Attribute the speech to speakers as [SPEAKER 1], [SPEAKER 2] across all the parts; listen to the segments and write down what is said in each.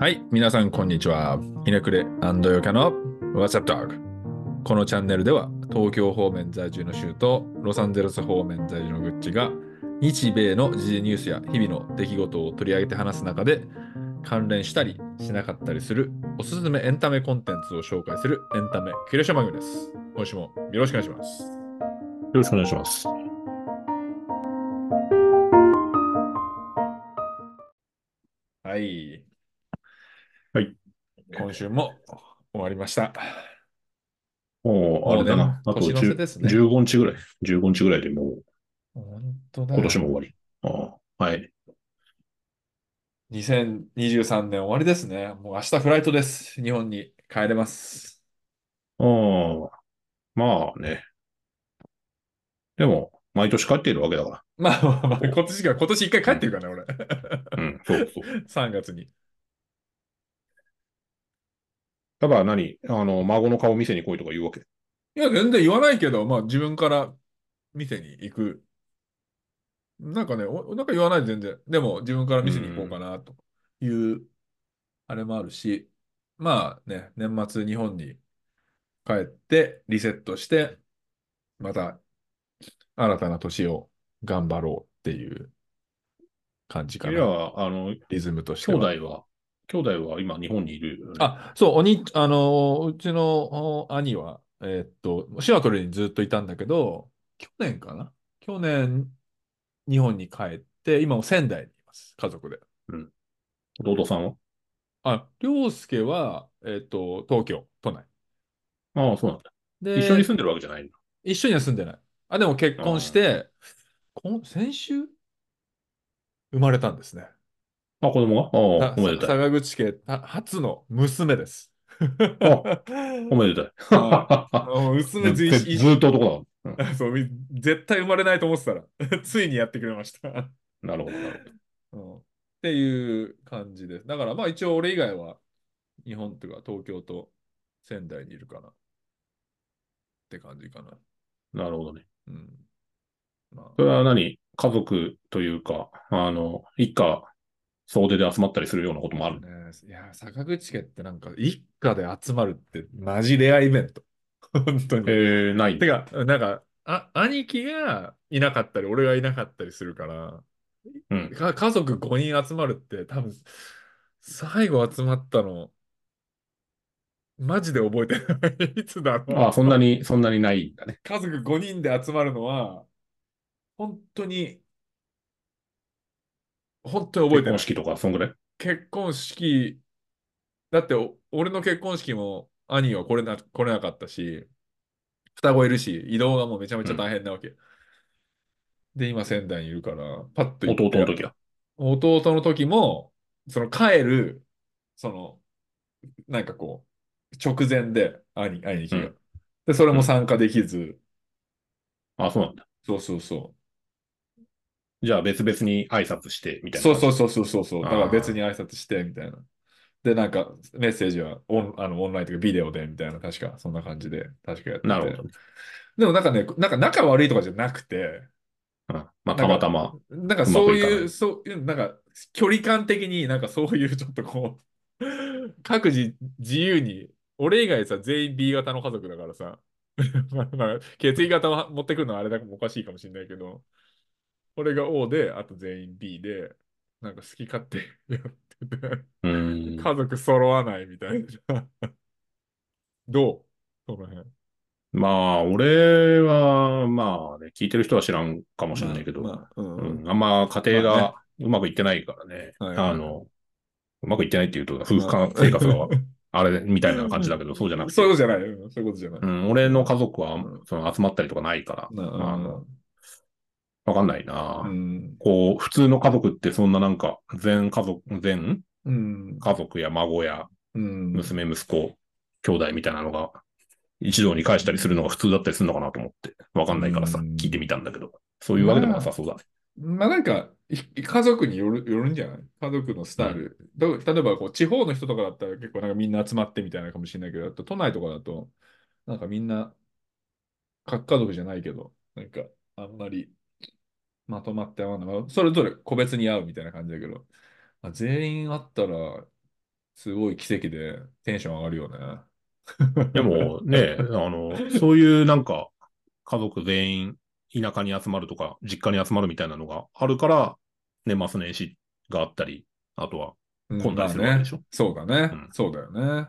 [SPEAKER 1] はい、皆さん、こんにちは。ひねくれよかの What's Up Dog。このチャンネルでは、東京方面在住の州とロサンゼルス方面在住のグッチが、日米の時事ニュースや日々の出来事を取り上げて話す中で、関連したりしなかったりするおすすめエンタメコンテンツを紹介するエンタメキュレーション番組です。今週もよろしくお願いします。
[SPEAKER 2] よろしくお願いします。
[SPEAKER 1] はい。
[SPEAKER 2] はい。
[SPEAKER 1] 今週も終わりました。
[SPEAKER 2] もう、あれだな。
[SPEAKER 1] もうね
[SPEAKER 2] あと
[SPEAKER 1] 年の瀬ですね
[SPEAKER 2] 10 15日ぐらい。15日ぐらいでもう、
[SPEAKER 1] 本当だ。
[SPEAKER 2] 今年も終わり。ああはい。
[SPEAKER 1] 2023年終わりですね。もう明日フライトです。日本に帰れます。
[SPEAKER 2] ああまあね。でも、毎年帰っているわけだか
[SPEAKER 1] まあまあまあ、今年が、今年一回帰ってるからね、
[SPEAKER 2] ら。うん、そうそう。
[SPEAKER 1] 俺。3月に。
[SPEAKER 2] ただ何あの、孫の顔見せに来いとか言うわけ。
[SPEAKER 1] いや、全然言わないけど、まあ自分から店に行く。なんかね、おなんか言わない全然。でも自分から店に行こうかなという、あれもあるし、まあね、年末日本に帰ってリセットして、また新たな年を頑張ろうっていう感じか
[SPEAKER 2] い
[SPEAKER 1] な
[SPEAKER 2] や、あの、
[SPEAKER 1] リズムとしては。
[SPEAKER 2] 兄弟は、兄弟は今日本にいるよね。
[SPEAKER 1] あ、そう、おに、あの、うちのお兄は、えーっと、シアトルにずっといたんだけど、去年かな去年、日本に帰って、今も仙台にいます、家族で。
[SPEAKER 2] 弟さんは
[SPEAKER 1] あ、涼介は、えーっと、東京、都内。
[SPEAKER 2] ああ、そうなんだ。
[SPEAKER 1] で、
[SPEAKER 2] 一緒に住んでるわけじゃないの。
[SPEAKER 1] 一緒には住んでない。あ、でも結婚して、こん、先週生まれたんですね。
[SPEAKER 2] あ、子供があ
[SPEAKER 1] さ、
[SPEAKER 2] あおめでたい。
[SPEAKER 1] 坂口家は初の娘です。
[SPEAKER 2] おめでたい。
[SPEAKER 1] あもう 娘ずい
[SPEAKER 2] ずずっと男だか ら。
[SPEAKER 1] そう、み絶対生まれないと思ってたら、 ついにやってくれました、
[SPEAKER 2] うんなるほど、なるほど。
[SPEAKER 1] うんっていう感じです。だからまあ一応俺以外は日本というか東京と仙台にいるかな。って感じかな。
[SPEAKER 2] なるほどね。
[SPEAKER 1] うん。ま
[SPEAKER 2] それは何家族というか、あの、一家総出で集まったりするようなこともあ
[SPEAKER 1] あ、
[SPEAKER 2] る。
[SPEAKER 1] ね、いや、坂口家ってなんか一家で集まるってマジレアイベント。 本当に。
[SPEAKER 2] えー、ない。
[SPEAKER 1] てか、なんか、あ、兄貴がいなかったり、俺がいなかったりするから、
[SPEAKER 2] うん
[SPEAKER 1] か家族5人集まるって、多分最後集まったの、マジで覚えてない。い つだろう。
[SPEAKER 2] あ、そんなに、そんなにないんだね。
[SPEAKER 1] 家族5人で集まるのは、本当に、本当に覚えてな
[SPEAKER 2] 結婚
[SPEAKER 1] い。
[SPEAKER 2] 式とか、そんぐらい。
[SPEAKER 1] 結婚式、だってお俺の結婚式も兄は来れな、来れなかったし、双子いるし、移動がもうめちゃめちゃ大変なわけ。で、今仙台にいるから、パッと行って
[SPEAKER 2] 弟の時は。
[SPEAKER 1] 弟の時も、その帰る、その、なんかこう、直前で兄、兄貴が。
[SPEAKER 2] うん
[SPEAKER 1] で、それも参加できず、
[SPEAKER 2] あ、そうなんだ。
[SPEAKER 1] そうそうそ
[SPEAKER 2] じゃあ別々に挨拶して、み
[SPEAKER 1] う。
[SPEAKER 2] たいな。。
[SPEAKER 1] そうそううそうそうそうそう。だから
[SPEAKER 2] あー
[SPEAKER 1] 別に挨拶して、みたいな。で、なんか、メッセージはオン、あの、オンラインというかビデオで、みたいな、確か、そんな感じで、確かやってて。
[SPEAKER 2] なるほどね。
[SPEAKER 1] でもなんかね、なんか仲悪いとかじゃなくて、
[SPEAKER 2] うんまあ、たまたま。
[SPEAKER 1] なんかそう
[SPEAKER 2] うまくい
[SPEAKER 1] い
[SPEAKER 2] かな
[SPEAKER 1] う、
[SPEAKER 2] い
[SPEAKER 1] そういう、なんか距離感的になんかそういうちょっとこう、 各自自由に、俺以外さ、全員 B 型の家族だからさ、 まあ血液型を持ってくるのはあれだけおかしいかもしれないけど、俺が O で、あと全員 B で、なんか好き勝手 やってて、
[SPEAKER 2] うーん。
[SPEAKER 1] 家族揃わないみたいな。 どうその辺。
[SPEAKER 2] まあ、俺は、まあね、聞いてる人は知らんかもしれないけど、
[SPEAKER 1] まあうん
[SPEAKER 2] うん、あんま家庭
[SPEAKER 1] まあ
[SPEAKER 2] がうまくいってないからね。
[SPEAKER 1] はい
[SPEAKER 2] あの、うまくいってないっていうと、夫婦
[SPEAKER 1] まあ
[SPEAKER 2] 間生活があれみたいな感じだ けど、そうじゃなくて
[SPEAKER 1] そういう。ことじゃないよ。そういうことじゃない。
[SPEAKER 2] うん、俺の家族は
[SPEAKER 1] うん
[SPEAKER 2] その集まったりとかないから、
[SPEAKER 1] な
[SPEAKER 2] あのわかんないな、
[SPEAKER 1] うん。
[SPEAKER 2] こう、普通の家族ってそんななんか、全家族、全
[SPEAKER 1] うん。
[SPEAKER 2] 家族や孫や
[SPEAKER 1] うん。
[SPEAKER 2] 娘、息子、兄弟みたいなのが、一堂に返したりするのが普通だったりするのかなと思って、わかんないからさ、
[SPEAKER 1] うん
[SPEAKER 2] 聞いてみたんだけど、そういうわけでもなさそうだね。
[SPEAKER 1] まあなんか、い家族による、よるんじゃない家族のスタイル。どう例えばこう、地方の人とかだったら結構なんかみんな集まってみたいなのかもしれないけど、あと都内とかだと、なんかみんな、核家族じゃないけど、なんかあんまりまとまって会わない。まあそれぞれ個別に会うみたいな感じだけど、まあ全員会ったらすごい奇跡でテンション上がるよね。
[SPEAKER 2] でもね、あ の、そういうなんか、家族全員田舎に集まるとか、実家に集まるみたいなのがあるから、年末年始があったり、あとは、
[SPEAKER 1] うん
[SPEAKER 2] 混んだりする
[SPEAKER 1] まあ
[SPEAKER 2] わけ
[SPEAKER 1] ね
[SPEAKER 2] でしょ。
[SPEAKER 1] そうだね、
[SPEAKER 2] うん
[SPEAKER 1] そうだよね。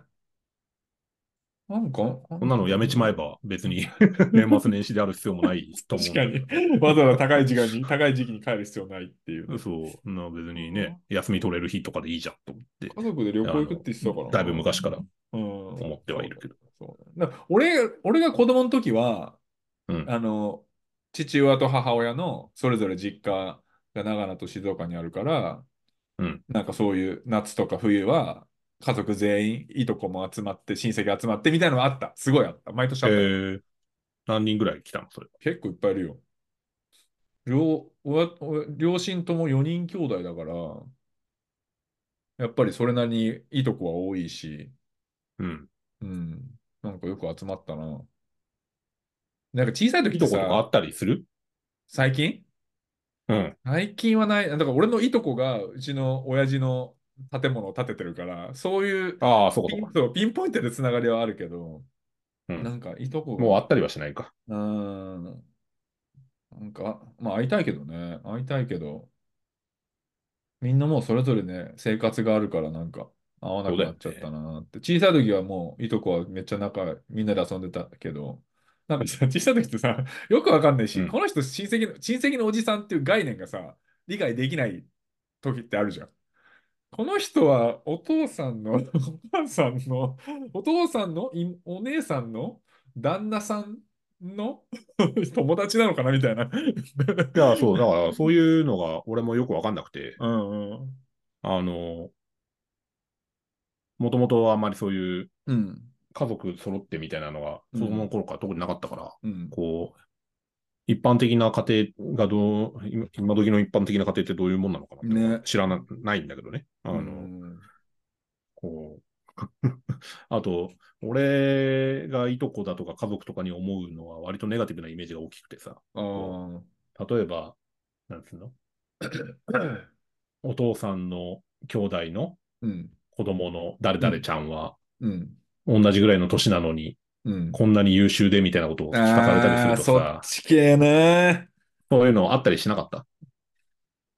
[SPEAKER 1] なんか、こ
[SPEAKER 2] こんなのやめちまえば別 に年末年始である必要もないと思う
[SPEAKER 1] 確
[SPEAKER 2] ん
[SPEAKER 1] か
[SPEAKER 2] だけど。
[SPEAKER 1] に。わざわざ高い時間 に、高い時期に帰る必要ないっていう。
[SPEAKER 2] そう、な別にね、休み取れる日とかでいいじゃんと思って
[SPEAKER 1] 家族で旅行行くって言ってたからな。
[SPEAKER 2] だいぶ昔から
[SPEAKER 1] うん、
[SPEAKER 2] 思ってはいるけど。
[SPEAKER 1] そうだね。だから俺、俺が子供の時は、
[SPEAKER 2] うん
[SPEAKER 1] あの、父親と母親のそれぞれ実家が長野と静岡にあるから、
[SPEAKER 2] うん
[SPEAKER 1] なんかそういう夏とか冬は、家族全員、いとこも集まって、親戚集まってみたいなのがあった。すごいあった。毎年あ
[SPEAKER 2] え
[SPEAKER 1] った。
[SPEAKER 2] ー、何人ぐらい来たのそれ。
[SPEAKER 1] 結構いっぱいいるよ。両親両親とも4人兄弟だから、やっぱりそれなりにいいとこは多いし、
[SPEAKER 2] うん。
[SPEAKER 1] うん、なんかよく集まったな。なんか小さい時
[SPEAKER 2] い
[SPEAKER 1] って
[SPEAKER 2] とことかあ
[SPEAKER 1] さ、
[SPEAKER 2] ったりする
[SPEAKER 1] 最近
[SPEAKER 2] うん。
[SPEAKER 1] 最近はない。だから俺のいとこがうちの親父の建物を建ててるから、そういう
[SPEAKER 2] ああ、そうか
[SPEAKER 1] ピ
[SPEAKER 2] そう
[SPEAKER 1] ン
[SPEAKER 2] か。
[SPEAKER 1] そうピンポイントでつながりはあるけど、
[SPEAKER 2] うん
[SPEAKER 1] なんかいとこが
[SPEAKER 2] もうあったりはしないか。
[SPEAKER 1] うーん。なんか、まあ会いたいけどね。会いたいけど。みんなもうそれぞれね、生活があるからなんか会わなくなっちゃったなって。小さい時はもういとこはめっちゃ仲、みんなで遊んでたけど、なんかさ、小さい時ってさ、よくわかんないし、
[SPEAKER 2] うん
[SPEAKER 1] この人親戚の、親戚のおじさんっていう概念がさ、理解できない時ってあるじゃん。この人はお父さんの、お 母さんの、お父さんのいお姉さんの旦那さんの 友達なのかなみたいな。
[SPEAKER 2] いや、 そう、だからそういうのが俺もよくわかんなくて、
[SPEAKER 1] うんうん。
[SPEAKER 2] あの、もともとあんまりそういう
[SPEAKER 1] うん。
[SPEAKER 2] 家族揃ってみたいなのが
[SPEAKER 1] うん
[SPEAKER 2] 子供の頃から特になかったから、
[SPEAKER 1] うん。
[SPEAKER 2] こう、一般的な家庭がどう、今今時の一般的な家庭ってどういうもんなのかなって
[SPEAKER 1] ね
[SPEAKER 2] 知らなないんだけどね。あの、
[SPEAKER 1] うん
[SPEAKER 2] こう。 あと、俺がいとこだとか家族とかに思うのは割とネガティブなイメージが大きくてさ、
[SPEAKER 1] あー
[SPEAKER 2] 例えば、なんつうのお父さんの兄弟の
[SPEAKER 1] うん。
[SPEAKER 2] 子供の誰々ちゃんは
[SPEAKER 1] うん。
[SPEAKER 2] 同じぐらいの年なのに
[SPEAKER 1] うん。
[SPEAKER 2] こんなに優秀でみたいなことを聞かされたりすると
[SPEAKER 1] あーそ
[SPEAKER 2] さ
[SPEAKER 1] っ、ち系ね。
[SPEAKER 2] そういうのあったりしなかった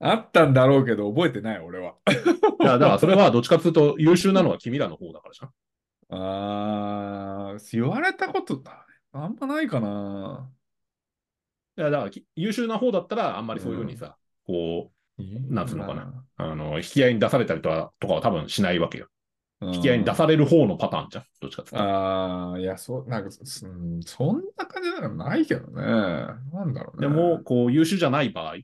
[SPEAKER 1] あったんだろうけど、覚えてない、俺は。
[SPEAKER 2] いや、だからそれはどっちかというと優秀なのは君らの方だからじゃん。
[SPEAKER 1] ああ、言われたことあんまないかな。
[SPEAKER 2] いや、だからき優秀な方だったらあんまりそういうふうにさ、こなんつうのかなう、あの、引き合いに出されたりとかとかは多分しないわけよ。
[SPEAKER 1] うん。
[SPEAKER 2] 引き合いに出される方のパターンじゃん。どっちかっていうと。
[SPEAKER 1] ああ、いや、そう、なんか、そうんそんな感じなんかないけどね。なんだろうね。
[SPEAKER 2] でも、、こう、優秀じゃない場合、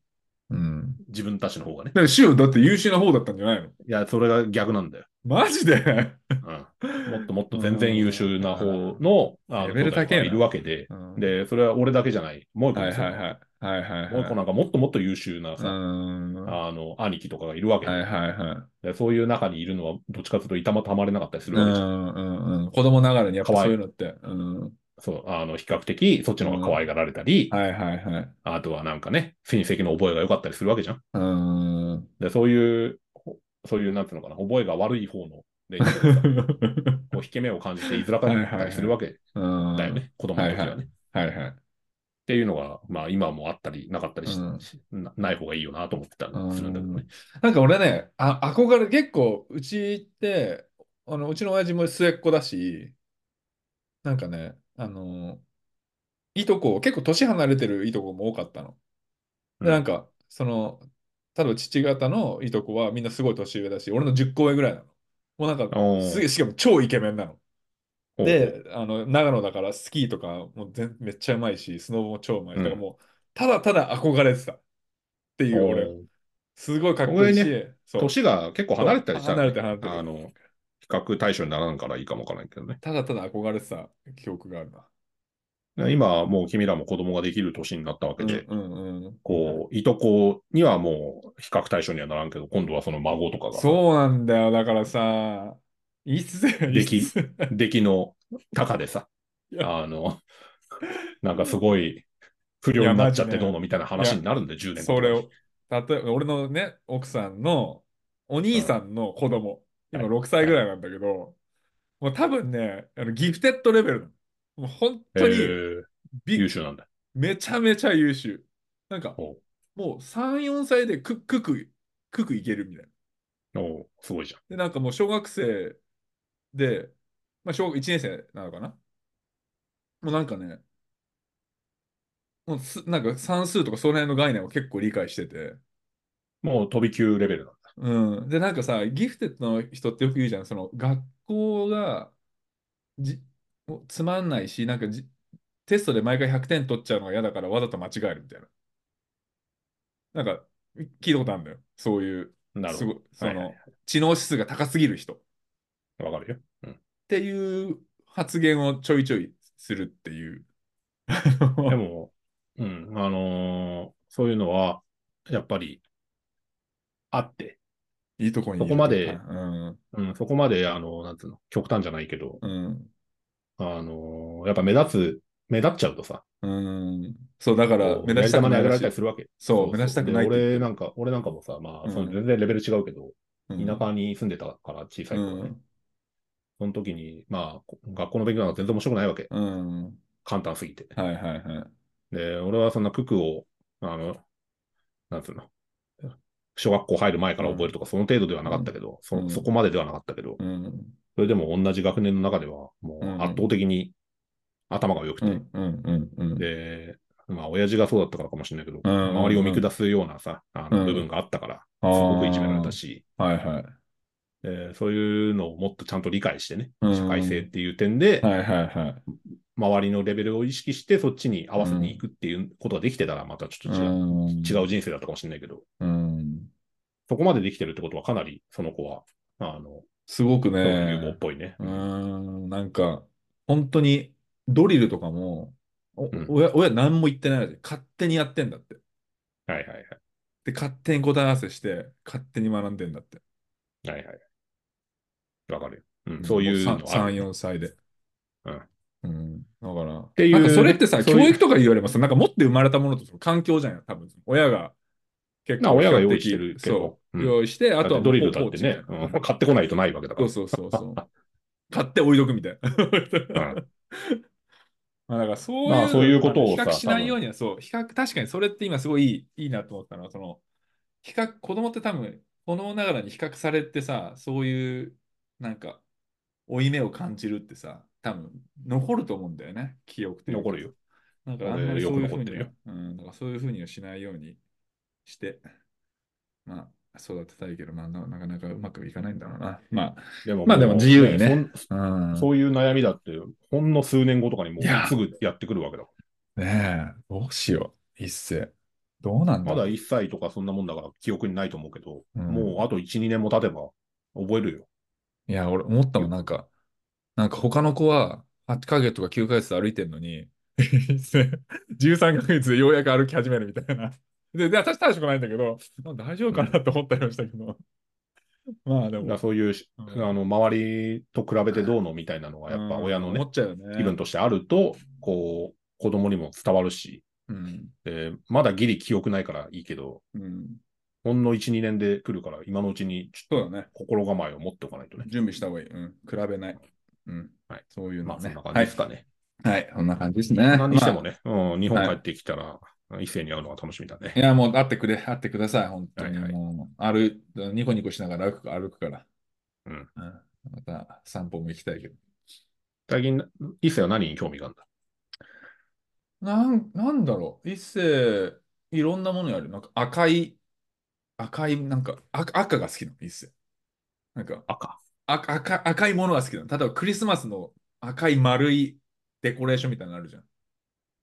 [SPEAKER 1] うん。
[SPEAKER 2] 自分たちの方がね。
[SPEAKER 1] だから、シオだって優秀な方だったんじゃないの
[SPEAKER 2] いや、それが逆なんだよ。
[SPEAKER 1] マジで
[SPEAKER 2] うん。もっともっと全然優秀な方の、あの
[SPEAKER 1] レベル高えな
[SPEAKER 2] 人たちがいるわけで、
[SPEAKER 1] うん
[SPEAKER 2] で、それは俺だけじゃない。もう一個
[SPEAKER 1] はい
[SPEAKER 2] で
[SPEAKER 1] はい
[SPEAKER 2] すよ
[SPEAKER 1] はい。はいはい
[SPEAKER 2] もう一個
[SPEAKER 1] は。
[SPEAKER 2] なんかもっともっと優秀ない
[SPEAKER 1] う
[SPEAKER 2] さ、
[SPEAKER 1] ん。は
[SPEAKER 2] あの、兄貴とかがいるわ
[SPEAKER 1] い
[SPEAKER 2] けで、
[SPEAKER 1] はいはい。
[SPEAKER 2] でそういう中にいるのは、どっちかというと、いたまたまれなかったりする
[SPEAKER 1] う
[SPEAKER 2] わけじゃん。
[SPEAKER 1] んうんうん。子供ながらにやっぱそういうのって。うん。
[SPEAKER 2] そう、あの、比較的、そっちの方が可愛がられたり、
[SPEAKER 1] はいはいはい。
[SPEAKER 2] あとはなんかね、親戚の覚えが良かったりするわけじゃん。
[SPEAKER 1] うん。
[SPEAKER 2] で、そういう、ほそういう、なんていうのかな、覚えが悪い方の、 で、こう、引け目を感じて居づらかったりするわけ
[SPEAKER 1] うん
[SPEAKER 2] だよね、子供の時はね。っ
[SPEAKER 1] はいはい。
[SPEAKER 2] ていうのが、まあ、今もあったり、なかったりし、
[SPEAKER 1] うん
[SPEAKER 2] しなない方がいいよなと思ってたりするんだけどね。
[SPEAKER 1] なんか俺ね、あ、憧れ、結構、うちって、あの、うちの親父も末っ子だし、なんかね、あの、いとこ、結構年離れてるいとこも多かったの。で、
[SPEAKER 2] うん
[SPEAKER 1] なんか、その、多分父方のいとこはみんなすごい年上だし、俺の10個上ぐらいなの。もうなんか、
[SPEAKER 2] おー
[SPEAKER 1] すげえ、しかも超イケメンなの。
[SPEAKER 2] ほう
[SPEAKER 1] で、あの、長野だからスキーとかもう全めっちゃうまいし、スノボも超うまいし、だから
[SPEAKER 2] うん
[SPEAKER 1] もう、ただただ憧れてたっていう俺。
[SPEAKER 2] ほう
[SPEAKER 1] すごいかっこいいし、
[SPEAKER 2] これ
[SPEAKER 1] そう
[SPEAKER 2] 年が結構離れてたりしたらね、
[SPEAKER 1] 離れて離れてる
[SPEAKER 2] あの、比較対象にならんからいいかもわからないけどね。
[SPEAKER 1] ただただ憧れてた記憶があるな。
[SPEAKER 2] 今はもう君らも子供ができる年になったわけで、
[SPEAKER 1] うんうんうん
[SPEAKER 2] こう、いとこにはもう比較対象にはならんけど、今度はその孫とかが、
[SPEAKER 1] そうなんだよ。だからさ、いつで
[SPEAKER 2] でき
[SPEAKER 1] いつ
[SPEAKER 2] 出来の高でさ
[SPEAKER 1] い、や
[SPEAKER 2] あの、なんかすごい不良になっちゃってどうのみたいな話になるんで、10年後
[SPEAKER 1] それを、例えば俺のね、奥さんのお兄さんの子供、今6歳ぐらいなんだけど、もう多分ね、あのギフテッドレベルなの。もう本当に
[SPEAKER 2] へー
[SPEAKER 1] び
[SPEAKER 2] 優秀なんだ。
[SPEAKER 1] めちゃめちゃ優秀。なんか、
[SPEAKER 2] おう
[SPEAKER 1] もう3、4歳でクックク、クックいけるみたいな。
[SPEAKER 2] おうすごいじゃん。
[SPEAKER 1] で、なんかもう小学生で、まあ、小学1年生なのかなもうなんかね、もうすなんか算数とかその辺の概念を結構理解してて。
[SPEAKER 2] もう飛び級レベルなんだ。
[SPEAKER 1] うん。で、なんかさ、ギフテッドの人ってよく言うじゃん。その学校がじつまんないし、なんかじテストで毎回100点取っちゃうのが嫌だからわざと間違えるみたいな。なんか、聞いたことあるんだよ。そういう、
[SPEAKER 2] なる
[SPEAKER 1] す
[SPEAKER 2] ほ
[SPEAKER 1] ご
[SPEAKER 2] ど。
[SPEAKER 1] い、そ
[SPEAKER 2] はいはいは
[SPEAKER 1] の、知能指数が高すぎる人。
[SPEAKER 2] いわかるよ。うん
[SPEAKER 1] っていう発言をちょいちょいするっていう。
[SPEAKER 2] でも、うん、あのーそういうのは、やっぱり、あって、
[SPEAKER 1] いいとこにいる
[SPEAKER 2] そこまで
[SPEAKER 1] うん。
[SPEAKER 2] うん、そこまで、あのなんつうの、極端じゃないけど、
[SPEAKER 1] うん。
[SPEAKER 2] あのーやっぱ目立つ、目立っちゃうとさ、
[SPEAKER 1] うん。そう、だから、
[SPEAKER 2] こう
[SPEAKER 1] 目立ちたく
[SPEAKER 2] やり玉に
[SPEAKER 1] ない
[SPEAKER 2] 上げら
[SPEAKER 1] ら
[SPEAKER 2] れ
[SPEAKER 1] した
[SPEAKER 2] り
[SPEAKER 1] い。
[SPEAKER 2] するわけ。
[SPEAKER 1] そう、目立ちたくないっ
[SPEAKER 2] で
[SPEAKER 1] て言って
[SPEAKER 2] 俺
[SPEAKER 1] る
[SPEAKER 2] なんか、俺なんかもさ、まあ、そ
[SPEAKER 1] うん
[SPEAKER 2] の全然レベル違うけど、
[SPEAKER 1] うん
[SPEAKER 2] 田舎に住んでたから小さい頃ね、その時に、まあ、こ学校の勉強なんか全然面白くないわけ。
[SPEAKER 1] うん。うん。
[SPEAKER 2] 簡単すぎて。
[SPEAKER 1] はいはいはい。
[SPEAKER 2] で、俺はそんな九九を、あの、なんつうの、小学校入る前から覚えるとか、その程度ではなかったけど、
[SPEAKER 1] うん
[SPEAKER 2] そ、そこまでではなかったけど、
[SPEAKER 1] うん。
[SPEAKER 2] それでも同じ学年の中では、も
[SPEAKER 1] う
[SPEAKER 2] う
[SPEAKER 1] ん
[SPEAKER 2] 圧倒的に頭が良く
[SPEAKER 1] う
[SPEAKER 2] て、
[SPEAKER 1] んうんうんうん。
[SPEAKER 2] で、まあ、親父がそうだったからかもしれないけど、
[SPEAKER 1] うんうんうん
[SPEAKER 2] 周りを見下すようなさ、あ
[SPEAKER 1] うん
[SPEAKER 2] の部分があったから、
[SPEAKER 1] あー
[SPEAKER 2] すごくいじめられたし、
[SPEAKER 1] はいはい。
[SPEAKER 2] えーそういうのをもっとちゃんと理解してね、
[SPEAKER 1] うん
[SPEAKER 2] 社会性っていう点で、
[SPEAKER 1] はいはいはい。
[SPEAKER 2] 周りのレベルを意識して、そっちに合わせに行くっていうことができてたら、またちょっと違う、
[SPEAKER 1] うん
[SPEAKER 2] 違う人生だったかもしれないけど、
[SPEAKER 1] うん。
[SPEAKER 2] そこまでできてるってことはかなりその子は、あの、
[SPEAKER 1] すごく
[SPEAKER 2] 有望っ
[SPEAKER 1] ね、
[SPEAKER 2] ぽいね。
[SPEAKER 1] うん、なんか、本当に、ドリルとかも、お
[SPEAKER 2] うん
[SPEAKER 1] 親、親何も言ってないのに、勝手にやってんだって。
[SPEAKER 2] はいはいはい。
[SPEAKER 1] で、勝手に答え合わせして、勝手に学んでんだって。
[SPEAKER 2] はいはい。わかるよ。うん、そういうのあ
[SPEAKER 1] 3、
[SPEAKER 2] る
[SPEAKER 1] 3 4歳で。
[SPEAKER 2] うん
[SPEAKER 1] うん。だから、
[SPEAKER 2] ていう
[SPEAKER 1] なんかそれってさ、
[SPEAKER 2] そう
[SPEAKER 1] 教
[SPEAKER 2] いう
[SPEAKER 1] 育とか言われますなんか持って生まれたものとその環境じゃんよ、多分。親が結
[SPEAKER 2] まあ親が用意してるけど
[SPEAKER 1] そう、
[SPEAKER 2] うん
[SPEAKER 1] 用意して、あ
[SPEAKER 2] あ
[SPEAKER 1] と
[SPEAKER 2] と
[SPEAKER 1] は
[SPEAKER 2] は
[SPEAKER 1] もう
[SPEAKER 2] ドリルだってね、
[SPEAKER 1] 放置
[SPEAKER 2] うん買ってこないとないわけだか
[SPEAKER 1] そう
[SPEAKER 2] ら。
[SPEAKER 1] そうそうそう。買って置いとくみたいな。
[SPEAKER 2] うん
[SPEAKER 1] まあだからそういう、
[SPEAKER 2] まあそういうことを
[SPEAKER 1] 比
[SPEAKER 2] さ
[SPEAKER 1] 較しないようには、そう、比較、確かにそれって今すごいいいいいなと思ったのは、その、比較、子供って多分、子供ながらに比較されてさ、そういう、なんか、負い目を感じるってさ、多分、残ると思うんだよね、記憶って。
[SPEAKER 2] 残るよ。。
[SPEAKER 1] なんか、あんまり
[SPEAKER 2] よ
[SPEAKER 1] そ
[SPEAKER 2] く
[SPEAKER 1] ういうふ
[SPEAKER 2] 残
[SPEAKER 1] う
[SPEAKER 2] っ
[SPEAKER 1] に
[SPEAKER 2] てる
[SPEAKER 1] は
[SPEAKER 2] よ、
[SPEAKER 1] うん、なんかそういうふうにはしないようにして、まあ、育てたいけど、まあ、ななかなかうまくいかないんだろうな。ま
[SPEAKER 2] でも
[SPEAKER 1] まあでも自由にね。
[SPEAKER 2] そ
[SPEAKER 1] あ、うん
[SPEAKER 2] んそういう悩みだって、ほんの数年後とかにも
[SPEAKER 1] いや
[SPEAKER 2] うすぐやってくるわけだか
[SPEAKER 1] ねえ、どうしよう、一世。どうなん
[SPEAKER 2] ら。
[SPEAKER 1] だ
[SPEAKER 2] まだ
[SPEAKER 1] ろう。
[SPEAKER 2] 1歳とかそんなもんだから記憶にないと思うけど、
[SPEAKER 1] うん
[SPEAKER 2] もうあと1、2年も経てば覚えるよ。
[SPEAKER 1] いや、俺思ったもん、なんか、なんか他の子は8ヶ月とか9ヶ月で歩いてんのに、13ヶ月でようやく歩き始めるみたいな。で、で私大したことないんだけど、まあ大丈夫かなって思ったりもしたけど。まあで
[SPEAKER 2] だから
[SPEAKER 1] も、
[SPEAKER 2] そういうし、
[SPEAKER 1] うん
[SPEAKER 2] あの周りと比べてどうのみたいなのがやっぱ親の
[SPEAKER 1] うん
[SPEAKER 2] ね
[SPEAKER 1] 思っ、ちゃうよね。
[SPEAKER 2] 気分としてあると、こう、子供にも伝わるし、
[SPEAKER 1] うん。
[SPEAKER 2] えーまだギリ記憶ないからいいけど、
[SPEAKER 1] うん。
[SPEAKER 2] ほんの1、2年で来るから、今のうちにちょっ
[SPEAKER 1] そうだね。
[SPEAKER 2] と心構えを持っておかないとね。
[SPEAKER 1] 準備した方がいい。うん。比べない。うん。
[SPEAKER 2] はい
[SPEAKER 1] そういう
[SPEAKER 2] ま
[SPEAKER 1] の
[SPEAKER 2] あ、そ
[SPEAKER 1] ね。
[SPEAKER 2] んな感じですかね。
[SPEAKER 1] はい。はい。そんな感じですね。
[SPEAKER 2] 何にして
[SPEAKER 1] ま
[SPEAKER 2] も
[SPEAKER 1] あ
[SPEAKER 2] ね、うん、日本
[SPEAKER 1] はい
[SPEAKER 2] 帰ってきたら、異性に会うのが楽しみだ
[SPEAKER 1] い
[SPEAKER 2] ね。
[SPEAKER 1] や、もう会ってくれ、会ってください、本当に。
[SPEAKER 2] はいはい
[SPEAKER 1] もう歩い、ニコニコしながら歩く、歩くから。
[SPEAKER 2] うん
[SPEAKER 1] また散歩も行きたいけど。
[SPEAKER 2] 最近、異性は何に興味があるんだ
[SPEAKER 1] なん、なんだろう。一世、いろんなものやる。なんか赤い、赤い、なんか赤、赤が好きなの、一世。なんか、
[SPEAKER 2] 赤。
[SPEAKER 1] 赤、赤、赤いものが好きなの。例えばクリスマスの赤い丸いデコレーションみたいなのあるじゃん